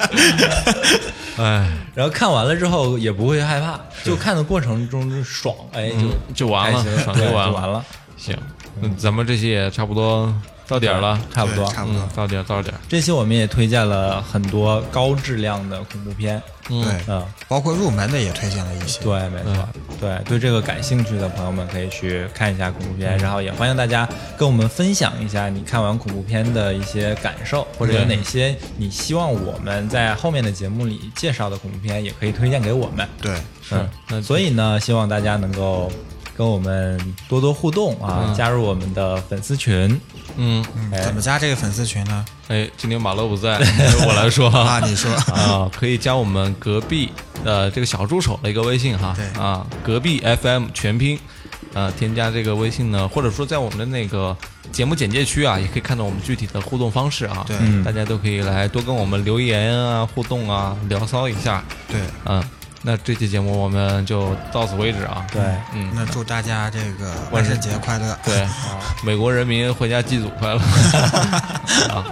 S3: 哎，
S2: 然后看完了之后也不会害怕，就看的过程中就爽，哎，就
S3: 嗯就完了
S2: 开心
S3: 爽
S2: 对
S3: 就
S2: 就
S3: 完了
S2: 完了。
S3: 行，那咱们这期也差不多到点儿了，
S2: 差不多
S4: 对。差不多
S3: 嗯，到点儿到点儿。
S2: 这期我们也推荐了很多高质量的恐怖片，
S4: 对，
S2: 嗯，
S4: 包括入门的也推荐了一些。
S2: 对，没错，对对这个感兴趣的朋友们可以去看一下恐怖片，然后也欢迎大家跟我们分享一下你看完恐怖片的一些感受，或者有哪些你希望我们在后面的节目里介绍的恐怖片，也可以推荐给我们。
S4: 对，
S2: 嗯，那所以呢，希望大家能够跟我们多多互动啊，加入我们的粉丝群。
S3: 嗯，
S4: 嗯
S2: 哎
S4: 怎么加这个粉丝群呢？
S3: 哎，今天马乐不在，我来说
S4: 啊，你说
S3: 啊，可以加我们隔壁呃这个小助手的一个微信哈，
S4: 对
S3: 啊，隔壁 FM 全拼，呃，添加这个微信呢，或者说在我们的那个节目简介区啊，也可以看到我们具体的互动方式啊，
S4: 对
S3: 大家都可以来多跟我们留言啊、互动啊、聊骚一下，
S4: 对，
S3: 嗯，那这期节目我们就到此为止啊，
S2: 对，
S3: 嗯，
S4: 那祝大家这个万圣节快乐。
S3: 对，啊美国人民回家祭祖快乐啊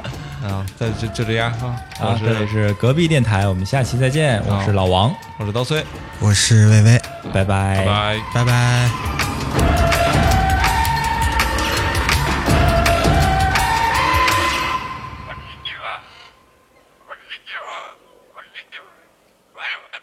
S3: 啊，那就就这样啊，我
S2: 啊，这里
S3: 是
S2: 是隔壁电台，我们下期再见，我是老王，
S3: 我是刀崔，
S4: 我是薇薇，
S2: 拜拜，
S3: 拜拜。
S4: 拜拜。
S7: こんにちは。こんにちは。こんにちは。